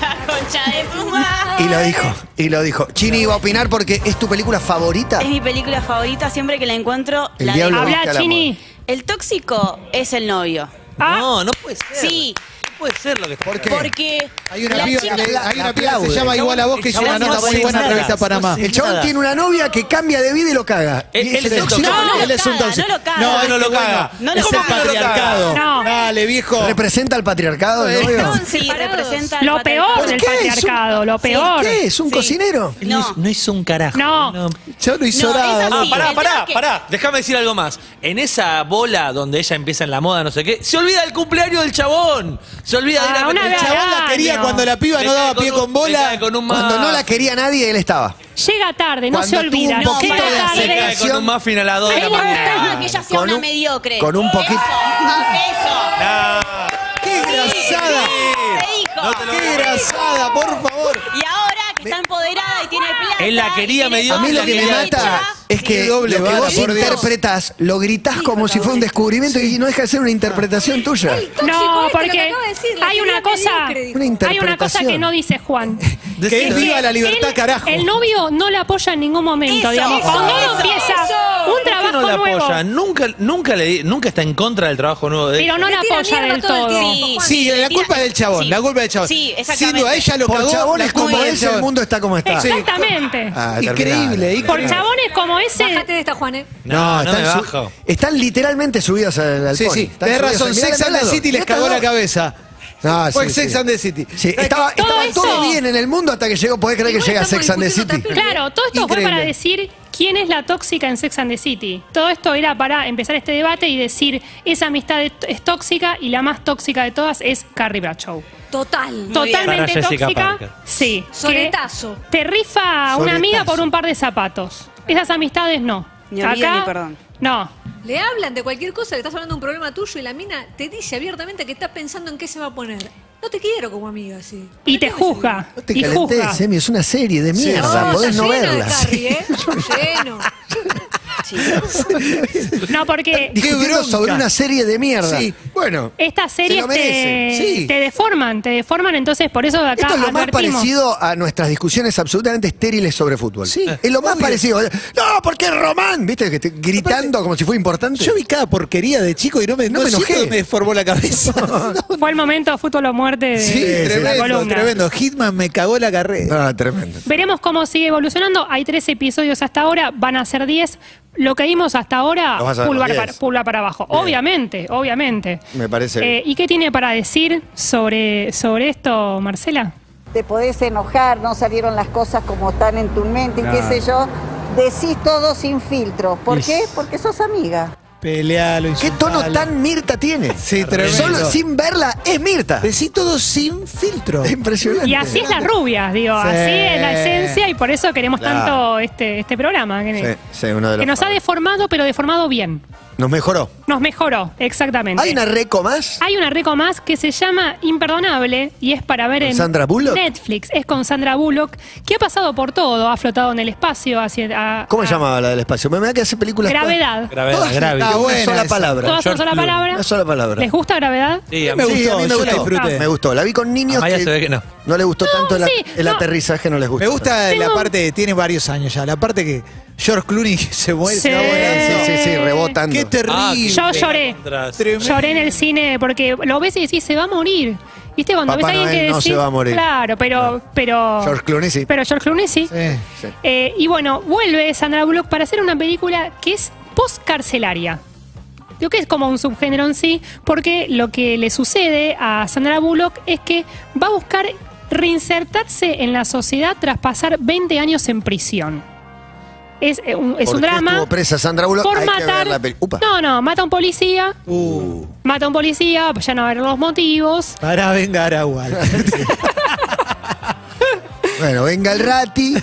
[SPEAKER 7] La concha de tu madre.
[SPEAKER 2] Y lo dijo, y lo dijo. Chini iba a opinar porque es tu película favorita.
[SPEAKER 7] Es mi película favorita, siempre que la encuentro,
[SPEAKER 2] El
[SPEAKER 7] la
[SPEAKER 2] diablo
[SPEAKER 7] digo.
[SPEAKER 2] viste a
[SPEAKER 5] Habla,
[SPEAKER 2] la
[SPEAKER 5] Chini.
[SPEAKER 2] moda.
[SPEAKER 7] El tóxico es el novio.
[SPEAKER 5] Ah.
[SPEAKER 3] No, no puede ser.
[SPEAKER 7] Sí.
[SPEAKER 3] No puede ser lo que está
[SPEAKER 2] ¿Por qué?
[SPEAKER 7] Porque
[SPEAKER 4] Hay una
[SPEAKER 7] la
[SPEAKER 4] piba,
[SPEAKER 7] chica-
[SPEAKER 4] que- hay una piba que
[SPEAKER 2] aplaude.
[SPEAKER 4] se llama igual a vos que hizo una
[SPEAKER 3] Chabón,
[SPEAKER 4] nota
[SPEAKER 3] no
[SPEAKER 4] muy
[SPEAKER 3] hace
[SPEAKER 4] buena en
[SPEAKER 3] nada,
[SPEAKER 4] revista
[SPEAKER 3] no
[SPEAKER 4] Panamá.
[SPEAKER 3] hace
[SPEAKER 2] El chabón
[SPEAKER 3] nada.
[SPEAKER 2] tiene una novia que cambia de vida y lo caga.
[SPEAKER 3] Él-
[SPEAKER 2] Y
[SPEAKER 3] él es el
[SPEAKER 2] tóxico.
[SPEAKER 3] tóxico.
[SPEAKER 7] No,
[SPEAKER 4] él es un
[SPEAKER 7] lo caga,
[SPEAKER 4] tóxico.
[SPEAKER 7] no lo caga.
[SPEAKER 4] No,
[SPEAKER 7] No,
[SPEAKER 4] este
[SPEAKER 3] no lo
[SPEAKER 4] bueno,
[SPEAKER 3] caga.
[SPEAKER 7] No lo
[SPEAKER 4] es el
[SPEAKER 7] caga.
[SPEAKER 4] patriarcado.
[SPEAKER 5] No.
[SPEAKER 4] Dale, viejo.
[SPEAKER 2] ¿Representa al patriarcado el novio?
[SPEAKER 6] Estaban
[SPEAKER 7] sí
[SPEAKER 6] separados.
[SPEAKER 7] representa al
[SPEAKER 5] Lo peor
[SPEAKER 7] patriarcado.
[SPEAKER 5] del
[SPEAKER 2] qué? Es un-
[SPEAKER 5] patriarcado, lo peor.
[SPEAKER 2] ¿Por qué? ¿Es un
[SPEAKER 7] Sí.
[SPEAKER 2] cocinero?
[SPEAKER 3] Él no,
[SPEAKER 7] No.
[SPEAKER 3] hizo- no hizo un carajo.
[SPEAKER 5] No.
[SPEAKER 4] Yo no hizo
[SPEAKER 7] No, es
[SPEAKER 4] nada.
[SPEAKER 7] así.
[SPEAKER 3] Ah,
[SPEAKER 7] Sí,
[SPEAKER 3] pará,
[SPEAKER 7] el tema
[SPEAKER 3] pará,
[SPEAKER 7] es que-
[SPEAKER 3] pará. Déjame decir algo más. En esa bola donde ella empieza en la moda, no sé qué, se olvida el cumpleaños del chabón. Se olvida de ir
[SPEAKER 5] Ah,
[SPEAKER 3] a
[SPEAKER 5] una
[SPEAKER 3] meter-
[SPEAKER 5] vez
[SPEAKER 4] El chabón la quería
[SPEAKER 5] no.
[SPEAKER 4] cuando la piba no
[SPEAKER 3] Le
[SPEAKER 4] daba
[SPEAKER 3] cae
[SPEAKER 4] pie
[SPEAKER 3] un-
[SPEAKER 4] con
[SPEAKER 3] le
[SPEAKER 4] bola.
[SPEAKER 3] cae con un
[SPEAKER 2] Cuando no
[SPEAKER 3] muff.
[SPEAKER 2] la quería nadie, él estaba.
[SPEAKER 5] Llega tarde, no
[SPEAKER 2] Cuando
[SPEAKER 5] se
[SPEAKER 2] tuvo
[SPEAKER 5] olvida.
[SPEAKER 2] un
[SPEAKER 7] No,
[SPEAKER 5] Llega
[SPEAKER 2] poquito de
[SPEAKER 5] tarde.
[SPEAKER 3] Se cae con un muffin a las 2
[SPEAKER 7] A
[SPEAKER 3] de
[SPEAKER 7] él
[SPEAKER 3] la
[SPEAKER 7] le
[SPEAKER 3] mañana.
[SPEAKER 7] gustaba que ella sea
[SPEAKER 2] Con
[SPEAKER 7] una
[SPEAKER 2] un-
[SPEAKER 7] mediocre.
[SPEAKER 2] con un poquito-
[SPEAKER 3] Ah,
[SPEAKER 7] Eso.
[SPEAKER 4] ¡Qué grasada!
[SPEAKER 7] eso. Se dijo.
[SPEAKER 3] No te lo-
[SPEAKER 4] ¡Qué grasada, por favor!
[SPEAKER 7] Y ahora que está empoderada y tiene plata.
[SPEAKER 3] Él la quería
[SPEAKER 7] y tiene
[SPEAKER 3] medio-
[SPEAKER 7] todo,
[SPEAKER 2] A mí lo
[SPEAKER 7] y
[SPEAKER 2] que me
[SPEAKER 7] tiene
[SPEAKER 2] mata
[SPEAKER 7] dicha.
[SPEAKER 2] es que
[SPEAKER 4] Sí,
[SPEAKER 2] lo
[SPEAKER 4] doble
[SPEAKER 2] que
[SPEAKER 4] vara,
[SPEAKER 2] vos
[SPEAKER 4] por Dios.
[SPEAKER 2] interpretás lo gritás como si fuera un descubrimiento y no deja de ser una interpretación tuya.
[SPEAKER 6] Tóxico
[SPEAKER 5] No,
[SPEAKER 6] este, lo que
[SPEAKER 5] porque
[SPEAKER 6] acaba de decir, la
[SPEAKER 5] hay una
[SPEAKER 6] quería
[SPEAKER 5] cosa,
[SPEAKER 6] mediocre, dijo.
[SPEAKER 2] Una
[SPEAKER 5] hay una cosa que
[SPEAKER 2] interpretación.
[SPEAKER 5] no dice Juan.
[SPEAKER 4] ¡Que
[SPEAKER 5] Es
[SPEAKER 4] viva
[SPEAKER 5] que
[SPEAKER 4] la libertad,
[SPEAKER 5] él-
[SPEAKER 4] carajo!
[SPEAKER 5] El novio no la apoya en ningún momento,
[SPEAKER 7] Eso,
[SPEAKER 5] digamos.
[SPEAKER 7] eso,
[SPEAKER 5] Cuando uno
[SPEAKER 7] eso,
[SPEAKER 5] empieza
[SPEAKER 6] eso.
[SPEAKER 5] un
[SPEAKER 3] ¿Por qué
[SPEAKER 5] trabajo
[SPEAKER 3] no la
[SPEAKER 5] nuevo,
[SPEAKER 3] apoya? Nunca, nunca, le, di- nunca está en contra del trabajo nuevo de
[SPEAKER 5] pero
[SPEAKER 3] ella.
[SPEAKER 5] no
[SPEAKER 6] Le
[SPEAKER 5] la
[SPEAKER 6] tira
[SPEAKER 5] apoya
[SPEAKER 6] mierda
[SPEAKER 5] del
[SPEAKER 6] todo el
[SPEAKER 5] todo.
[SPEAKER 6] tiempo.
[SPEAKER 7] Sí,
[SPEAKER 6] Juan,
[SPEAKER 4] Sí,
[SPEAKER 7] le
[SPEAKER 4] la
[SPEAKER 7] tira-
[SPEAKER 4] culpa es del chabón,
[SPEAKER 7] sí.
[SPEAKER 4] la culpa es del chabón.
[SPEAKER 7] Sí,
[SPEAKER 4] Sin
[SPEAKER 7] exactamente.
[SPEAKER 4] duda, ella lo
[SPEAKER 2] Por
[SPEAKER 4] cagó,
[SPEAKER 2] chabones
[SPEAKER 4] la culpa
[SPEAKER 2] como
[SPEAKER 4] es del
[SPEAKER 2] ese, el
[SPEAKER 4] chabón.
[SPEAKER 2] mundo está como está.
[SPEAKER 5] Exactamente.
[SPEAKER 2] Ah,
[SPEAKER 4] Increíble,
[SPEAKER 2] terminada.
[SPEAKER 5] Por
[SPEAKER 4] increíble.
[SPEAKER 5] chabones como ese,
[SPEAKER 6] Bájate de esta, Juan, ¿eh?
[SPEAKER 2] No,
[SPEAKER 3] No, no
[SPEAKER 2] están,
[SPEAKER 3] me
[SPEAKER 2] su-
[SPEAKER 3] bajo.
[SPEAKER 2] están literalmente subidas al, al
[SPEAKER 4] Sí,
[SPEAKER 2] pony.
[SPEAKER 4] sí,
[SPEAKER 2] Están
[SPEAKER 4] tenés
[SPEAKER 2] subidas
[SPEAKER 4] razón,
[SPEAKER 2] al- mirá,
[SPEAKER 4] Sex
[SPEAKER 2] mirá
[SPEAKER 4] and the
[SPEAKER 2] las dos,
[SPEAKER 4] City
[SPEAKER 2] mirá
[SPEAKER 4] les cagó
[SPEAKER 2] estas
[SPEAKER 4] la
[SPEAKER 2] dos.
[SPEAKER 4] cabeza.
[SPEAKER 2] Ah,
[SPEAKER 8] Fue
[SPEAKER 2] sí,
[SPEAKER 8] Sex
[SPEAKER 2] sí.
[SPEAKER 8] and the City.
[SPEAKER 2] Sí, estaba,
[SPEAKER 5] Todo
[SPEAKER 2] estaba todo
[SPEAKER 5] eso.
[SPEAKER 2] bien en el mundo hasta que llegó, podés creer que
[SPEAKER 6] Igual
[SPEAKER 2] llega
[SPEAKER 6] estamos
[SPEAKER 2] Sex and the
[SPEAKER 6] discutiendo
[SPEAKER 2] City.
[SPEAKER 6] también.
[SPEAKER 5] Claro, todo esto
[SPEAKER 8] Increíble.
[SPEAKER 5] fue para decir quién es la tóxica en Sex and the City. Todo esto era para empezar este debate y decir esa amistad es- es tóxica y la más tóxica de todas es Carrie Bradshaw.
[SPEAKER 6] Total.
[SPEAKER 7] Muy bien.
[SPEAKER 5] Totalmente
[SPEAKER 3] Para Jessica
[SPEAKER 5] tóxica.
[SPEAKER 3] Parker.
[SPEAKER 5] Sí. que
[SPEAKER 6] Soletazo.
[SPEAKER 5] Te rifa una amiga por un par de zapatos. Esas amistades no.
[SPEAKER 7] Ni amiga ni perdón.
[SPEAKER 5] No.
[SPEAKER 6] Le hablan de cualquier cosa, le estás hablando de un problema tuyo y la mina te dice abiertamente que está pensando en qué se va a poner. No te quiero como amiga, así.
[SPEAKER 5] Y te juzga.
[SPEAKER 2] No te ¿eh?
[SPEAKER 5] y juzga.
[SPEAKER 2] calentés, Emi, es una serie de
[SPEAKER 6] No,
[SPEAKER 2] mierda,
[SPEAKER 6] está
[SPEAKER 2] podés no
[SPEAKER 6] lleno de
[SPEAKER 2] verla.
[SPEAKER 6] Carrie, ¿eh? Lleno.
[SPEAKER 5] No, porque
[SPEAKER 2] (laughs) Discutiendo
[SPEAKER 8] bronca.
[SPEAKER 2] sobre una serie de mierda.
[SPEAKER 8] Sí.
[SPEAKER 2] Bueno,
[SPEAKER 5] estas
[SPEAKER 2] Se
[SPEAKER 5] series
[SPEAKER 2] lo
[SPEAKER 5] te,
[SPEAKER 2] merece, sí.
[SPEAKER 5] te deforman, te deforman, entonces por eso de acá
[SPEAKER 2] Esto es lo más
[SPEAKER 5] advertimos.
[SPEAKER 2] parecido a nuestras discusiones absolutamente estériles sobre fútbol.
[SPEAKER 8] Sí,
[SPEAKER 2] Es lo más
[SPEAKER 8] obvio.
[SPEAKER 2] parecido. No, porque Román, viste, que te- gritando como si fuera importante.
[SPEAKER 8] Yo vi cada porquería de chico y no me,
[SPEAKER 2] No
[SPEAKER 8] no
[SPEAKER 2] me
[SPEAKER 8] siento
[SPEAKER 2] enojé.
[SPEAKER 8] que me deformó la cabeza.
[SPEAKER 5] Fue el momento fútbol o muerte de,
[SPEAKER 8] sí,
[SPEAKER 5] de la
[SPEAKER 8] tremendo,
[SPEAKER 5] columna.
[SPEAKER 8] tremendo. Hitman me cagó la carrera.
[SPEAKER 2] Ah, tremendo.
[SPEAKER 5] Veremos cómo sigue evolucionando. Hay tres episodios hasta ahora, van a ser 10. Lo que vimos hasta ahora,
[SPEAKER 2] Lo vas a ver
[SPEAKER 5] pulgar
[SPEAKER 2] los
[SPEAKER 5] para,
[SPEAKER 2] 10.
[SPEAKER 5] pulgar para abajo. Obviamente, obviamente.
[SPEAKER 2] Me parece
[SPEAKER 5] Eh, ¿Y qué tiene para decir sobre, sobre esto, Marcela?
[SPEAKER 9] te podés enojar, no salieron las cosas como están en tu mente, y qué
[SPEAKER 3] Claro.
[SPEAKER 9] sé yo. Decís todo sin filtro. ¿Por
[SPEAKER 3] Y-
[SPEAKER 9] qué? Porque sos amiga.
[SPEAKER 4] Pelealo,
[SPEAKER 2] ¿Qué tono
[SPEAKER 4] insultalo.
[SPEAKER 2] tan Mirta tiene?
[SPEAKER 8] Sí, tremendo.
[SPEAKER 2] Solo sin verla es Mirta. Es
[SPEAKER 8] Decí todo sin filtro.
[SPEAKER 2] impresionante.
[SPEAKER 5] Y así es las rubias, digo,
[SPEAKER 4] Sí.
[SPEAKER 5] así es la esencia y por eso queremos
[SPEAKER 2] Claro.
[SPEAKER 5] tanto este, este programa, que,
[SPEAKER 2] Sí, sí, uno de los
[SPEAKER 5] que nos ha
[SPEAKER 2] favoritos.
[SPEAKER 5] deformado, pero deformado bien.
[SPEAKER 2] Nos mejoró.
[SPEAKER 5] Nos mejoró, exactamente.
[SPEAKER 2] ¿Hay una reco más?
[SPEAKER 5] Hay una reco más que se llama Imperdonable y es para ver
[SPEAKER 2] ¿Con
[SPEAKER 5] en
[SPEAKER 2] Sandra Bullock?
[SPEAKER 5] Netflix. Es con Sandra Bullock, que ha pasado por todo, ha flotado en el espacio. Hacia, a-
[SPEAKER 2] ¿Cómo
[SPEAKER 5] a-
[SPEAKER 2] se llamaba la del espacio? Me da que hace películas.
[SPEAKER 5] (laughs) Gravedad.
[SPEAKER 3] Gravedad,
[SPEAKER 2] Todas-
[SPEAKER 3] grave.
[SPEAKER 8] Está
[SPEAKER 2] Una
[SPEAKER 8] Ah, buena
[SPEAKER 2] sola
[SPEAKER 8] esa.
[SPEAKER 2] palabra.
[SPEAKER 5] Todas
[SPEAKER 3] George
[SPEAKER 5] una sola
[SPEAKER 3] Clooney.
[SPEAKER 5] palabra.
[SPEAKER 2] Una sola palabra.
[SPEAKER 5] ¿Les gusta Gravedad?
[SPEAKER 3] Sí, a
[SPEAKER 8] Me
[SPEAKER 3] mí
[SPEAKER 2] Sí, a mí me
[SPEAKER 8] gustó, yo la
[SPEAKER 2] gustó.
[SPEAKER 8] disfruté.
[SPEAKER 2] Me gustó. La vi con niños.
[SPEAKER 3] Amaya se ve que no.
[SPEAKER 2] le gustó tanto el, a-
[SPEAKER 5] sí,
[SPEAKER 2] el
[SPEAKER 5] no.
[SPEAKER 2] aterrizaje, no les gusta.
[SPEAKER 8] Me gusta la
[SPEAKER 5] Tengo-
[SPEAKER 8] parte, tiene varios años ya, la parte que George Clooney se muere, se va
[SPEAKER 5] Sí.
[SPEAKER 8] volando.
[SPEAKER 2] Sí, sí, sí, rebotando.
[SPEAKER 8] Qué
[SPEAKER 3] Ah,
[SPEAKER 8] terrible.
[SPEAKER 5] Yo lloré.
[SPEAKER 3] Contra-
[SPEAKER 8] Tremendo.
[SPEAKER 5] Lloré en el cine porque lo ves y decís, se va a morir. ¿Viste? Cuando
[SPEAKER 2] Papá
[SPEAKER 5] ves a alguien
[SPEAKER 2] Noel
[SPEAKER 5] que
[SPEAKER 2] no
[SPEAKER 5] decís.
[SPEAKER 2] se va a morir.
[SPEAKER 5] Claro, pero. pero
[SPEAKER 2] George Clooney, sí.
[SPEAKER 5] Oh. Pero George Clooney sí.
[SPEAKER 4] Eh,
[SPEAKER 5] Eh, y bueno, vuelve Sandra Bullock para hacer una película que es postcarcelaria. Lo que es como un subgénero en sí, porque lo que le sucede a Sandra Bullock es que va a buscar reinsertarse en la sociedad tras pasar 20 años en prisión. Es, eh, un, es
[SPEAKER 2] ¿Por
[SPEAKER 5] un
[SPEAKER 2] qué
[SPEAKER 5] drama.
[SPEAKER 2] estuvo presa Sandra Bullock?
[SPEAKER 5] Por
[SPEAKER 2] Hay que ver
[SPEAKER 5] matar.
[SPEAKER 2] la peli- Upa. Uh.
[SPEAKER 5] No, no, mata a un policía. Mata a un policía, pues ya no va a ver los motivos.
[SPEAKER 4] Para venga Aragua.
[SPEAKER 2] Bueno, venga el Rati.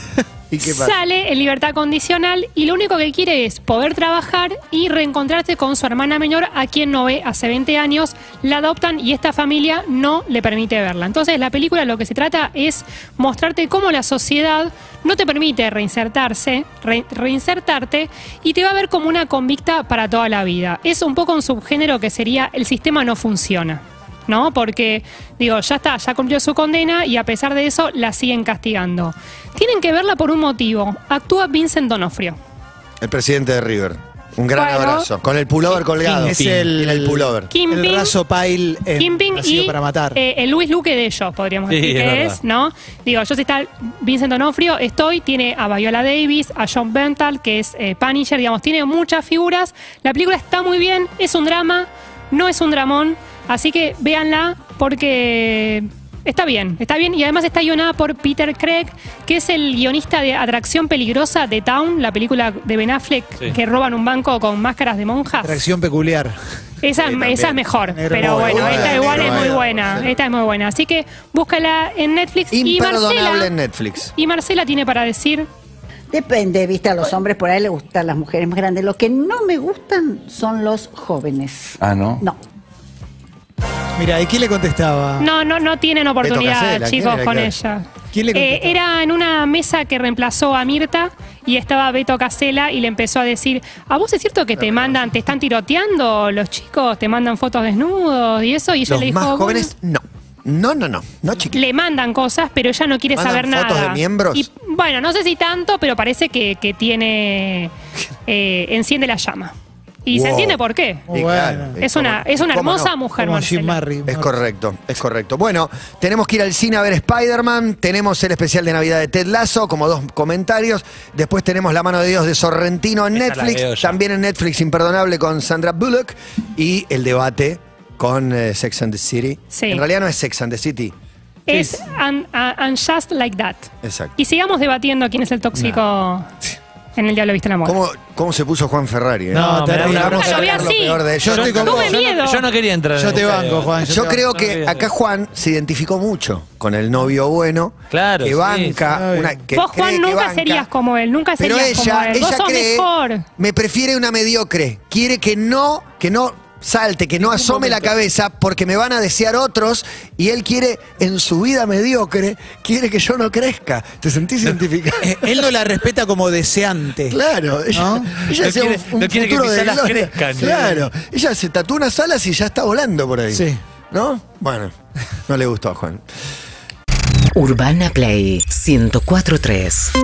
[SPEAKER 2] ¿Y qué pasa?
[SPEAKER 5] Sale en libertad condicional y lo único que quiere es poder trabajar y reencontrarse con su hermana menor, a quien no ve hace 20 años. La adoptan y esta familia no le permite verla. Entonces, la película lo que se trata es mostrarte cómo la sociedad no te permite reinsertarse, re- reinsertarte y te va a ver como una convicta para toda la vida. Es un poco un subgénero que sería el sistema no funciona. ¿no? Porque, digo, ya está, ya cumplió su condena y a pesar de eso la siguen castigando. Tienen que verla por un motivo. Actúa Vincent Donofrio.
[SPEAKER 2] El presidente de River. Un gran
[SPEAKER 5] Bueno.
[SPEAKER 2] abrazo. Con el pullover colgado.
[SPEAKER 4] Es el-
[SPEAKER 2] Tiene el pullover.
[SPEAKER 5] Kimping.
[SPEAKER 4] El raso pile en
[SPEAKER 5] Kimping
[SPEAKER 4] Nacido
[SPEAKER 5] y
[SPEAKER 4] Eh, para matar.
[SPEAKER 5] eh, el Luis Luque de ellos, podríamos
[SPEAKER 3] Sí,
[SPEAKER 5] decir
[SPEAKER 3] es
[SPEAKER 5] que
[SPEAKER 3] verdad.
[SPEAKER 5] es, ¿no? Digo, yo si está Vincent Donofrio, estoy, tiene a Viola Davis, a John Bental, que es eh, Punisher, digamos, tiene muchas figuras. La película está muy bien, es un drama, no es un dramón, así que véanla porque está bien, está bien. Y además está guionada por Peter Craig, que es el guionista de Atracción Peligrosa de Town, la película de Ben Affleck,
[SPEAKER 3] Sí.
[SPEAKER 5] que roban un banco con máscaras de monjas.
[SPEAKER 4] Atracción peculiar.
[SPEAKER 5] Esa,
[SPEAKER 2] Sí, también.
[SPEAKER 5] esa es mejor,
[SPEAKER 4] Negro
[SPEAKER 5] pero
[SPEAKER 4] Boy.
[SPEAKER 5] bueno,
[SPEAKER 2] Muy
[SPEAKER 5] esta
[SPEAKER 2] buena,
[SPEAKER 5] igual
[SPEAKER 2] Negro
[SPEAKER 5] es muy
[SPEAKER 2] Boy.
[SPEAKER 5] buena,
[SPEAKER 2] Sí.
[SPEAKER 5] esta es muy buena. Así que búscala en Netflix y
[SPEAKER 2] Imperdonable
[SPEAKER 5] Marcela.
[SPEAKER 2] en Netflix.
[SPEAKER 5] Y Marcela tiene para decir,
[SPEAKER 9] Depende, viste, a los hombres por ahí les gustan las mujeres más grandes. Lo que no me gustan son los jóvenes.
[SPEAKER 10] Ah, ¿no?
[SPEAKER 9] No.
[SPEAKER 4] Mira, ¿y quién le contestaba?
[SPEAKER 5] no, no, no tienen oportunidad,
[SPEAKER 2] Casella, Ah. ¿quién
[SPEAKER 5] chicos,
[SPEAKER 2] era
[SPEAKER 5] con
[SPEAKER 2] que-
[SPEAKER 5] ella.
[SPEAKER 4] ¿Quién le
[SPEAKER 5] Eh,
[SPEAKER 4] contestó?
[SPEAKER 5] era en una mesa que reemplazó a Mirta y estaba Beto Casela y le empezó a decir, ¿a vos es cierto que te mandan, te están tiroteando los chicos, te mandan fotos desnudos y eso? Y ella
[SPEAKER 2] Los
[SPEAKER 5] le dijo,
[SPEAKER 2] más
[SPEAKER 5] "Bueno".
[SPEAKER 2] jóvenes, no. No, no, no. No, chiquito.
[SPEAKER 5] le mandan cosas, pero ella no quiere
[SPEAKER 2] ¿Mandan
[SPEAKER 5] saber nada.
[SPEAKER 2] fotos de miembros?
[SPEAKER 5] Y, bueno, no sé si tanto, pero parece que,
[SPEAKER 2] (laughs)
[SPEAKER 5] que tiene. eh, enciende la llama. Y se
[SPEAKER 2] Wow. Eh,
[SPEAKER 5] entiende por qué.
[SPEAKER 4] Muy bueno.
[SPEAKER 5] Es una, es una
[SPEAKER 2] ¿Cómo
[SPEAKER 5] hermosa
[SPEAKER 2] no?
[SPEAKER 5] mujer,
[SPEAKER 4] Como Jim
[SPEAKER 5] Marcela.
[SPEAKER 4] Marry.
[SPEAKER 2] Es correcto, es correcto. Bueno, tenemos que ir al cine a ver Spider-Man, tenemos el especial de Navidad de Ted Lasso, como dos comentarios. Después tenemos La mano de Dios de Sorrentino en
[SPEAKER 3] Esa la veo
[SPEAKER 2] Netflix,
[SPEAKER 3] ya.
[SPEAKER 2] también en Netflix Imperdonable con Sandra Bullock y el debate con eh, Sex and the City.
[SPEAKER 5] Sí.
[SPEAKER 2] En realidad no es Sex and the City.
[SPEAKER 5] Es un- a- and just like that.
[SPEAKER 2] Exacto.
[SPEAKER 5] Y sigamos debatiendo quién es el tóxico en el Diablo Viste la Moda.
[SPEAKER 2] ¿Cómo, ¿Cómo se puso Juan Ferrari? eh?
[SPEAKER 3] No, me da
[SPEAKER 2] Vamos
[SPEAKER 3] una
[SPEAKER 2] a
[SPEAKER 3] bronca.
[SPEAKER 5] Yo vi
[SPEAKER 2] sacar lo
[SPEAKER 5] así.
[SPEAKER 2] peor de
[SPEAKER 4] Yo
[SPEAKER 2] ellos.
[SPEAKER 4] estoy con
[SPEAKER 5] Tuve
[SPEAKER 4] vos.
[SPEAKER 5] miedo.
[SPEAKER 3] Yo no, yo no quería entrar. en
[SPEAKER 4] Yo
[SPEAKER 3] ese
[SPEAKER 4] te banco,
[SPEAKER 3] debate.
[SPEAKER 4] Juan.
[SPEAKER 2] Yo
[SPEAKER 4] te
[SPEAKER 2] creo
[SPEAKER 3] no,
[SPEAKER 2] que
[SPEAKER 3] no,
[SPEAKER 2] acá Juan se identificó mucho con el novio bueno.
[SPEAKER 3] Claro,
[SPEAKER 2] Que
[SPEAKER 3] sí,
[SPEAKER 2] banca.
[SPEAKER 4] sí.
[SPEAKER 2] una- que
[SPEAKER 5] Vos,
[SPEAKER 2] cree
[SPEAKER 5] Juan,
[SPEAKER 2] que
[SPEAKER 5] nunca
[SPEAKER 2] banca,
[SPEAKER 5] serías como él, nunca
[SPEAKER 2] Pero
[SPEAKER 5] serías
[SPEAKER 2] ella,
[SPEAKER 5] como él. Vos
[SPEAKER 2] ella
[SPEAKER 5] sos
[SPEAKER 2] cree,
[SPEAKER 5] mejor.
[SPEAKER 2] me prefiere una mediocre. Quiere que no, que no salte, que no asome la cabeza, porque me van a desear otros, y él quiere, en su vida mediocre, quiere que yo no crezca. ¿Te sentís identificado?
[SPEAKER 4] Eh, Él no la respeta como deseante.
[SPEAKER 2] Claro, ella,
[SPEAKER 4] ¿No?
[SPEAKER 2] ella
[SPEAKER 3] No
[SPEAKER 2] hacía
[SPEAKER 3] quiere-
[SPEAKER 2] un, un
[SPEAKER 3] no quiere que
[SPEAKER 2] futuro
[SPEAKER 3] mis
[SPEAKER 2] de
[SPEAKER 3] alas
[SPEAKER 2] gloria.
[SPEAKER 3] crezcan. ¿eh?
[SPEAKER 2] Claro, ella se tatuó unas alas y ya está volando por ahí.
[SPEAKER 4] Sí.
[SPEAKER 2] ¿No? Bueno, no le gustó a Juan.
[SPEAKER 10] Urbana Play 1043.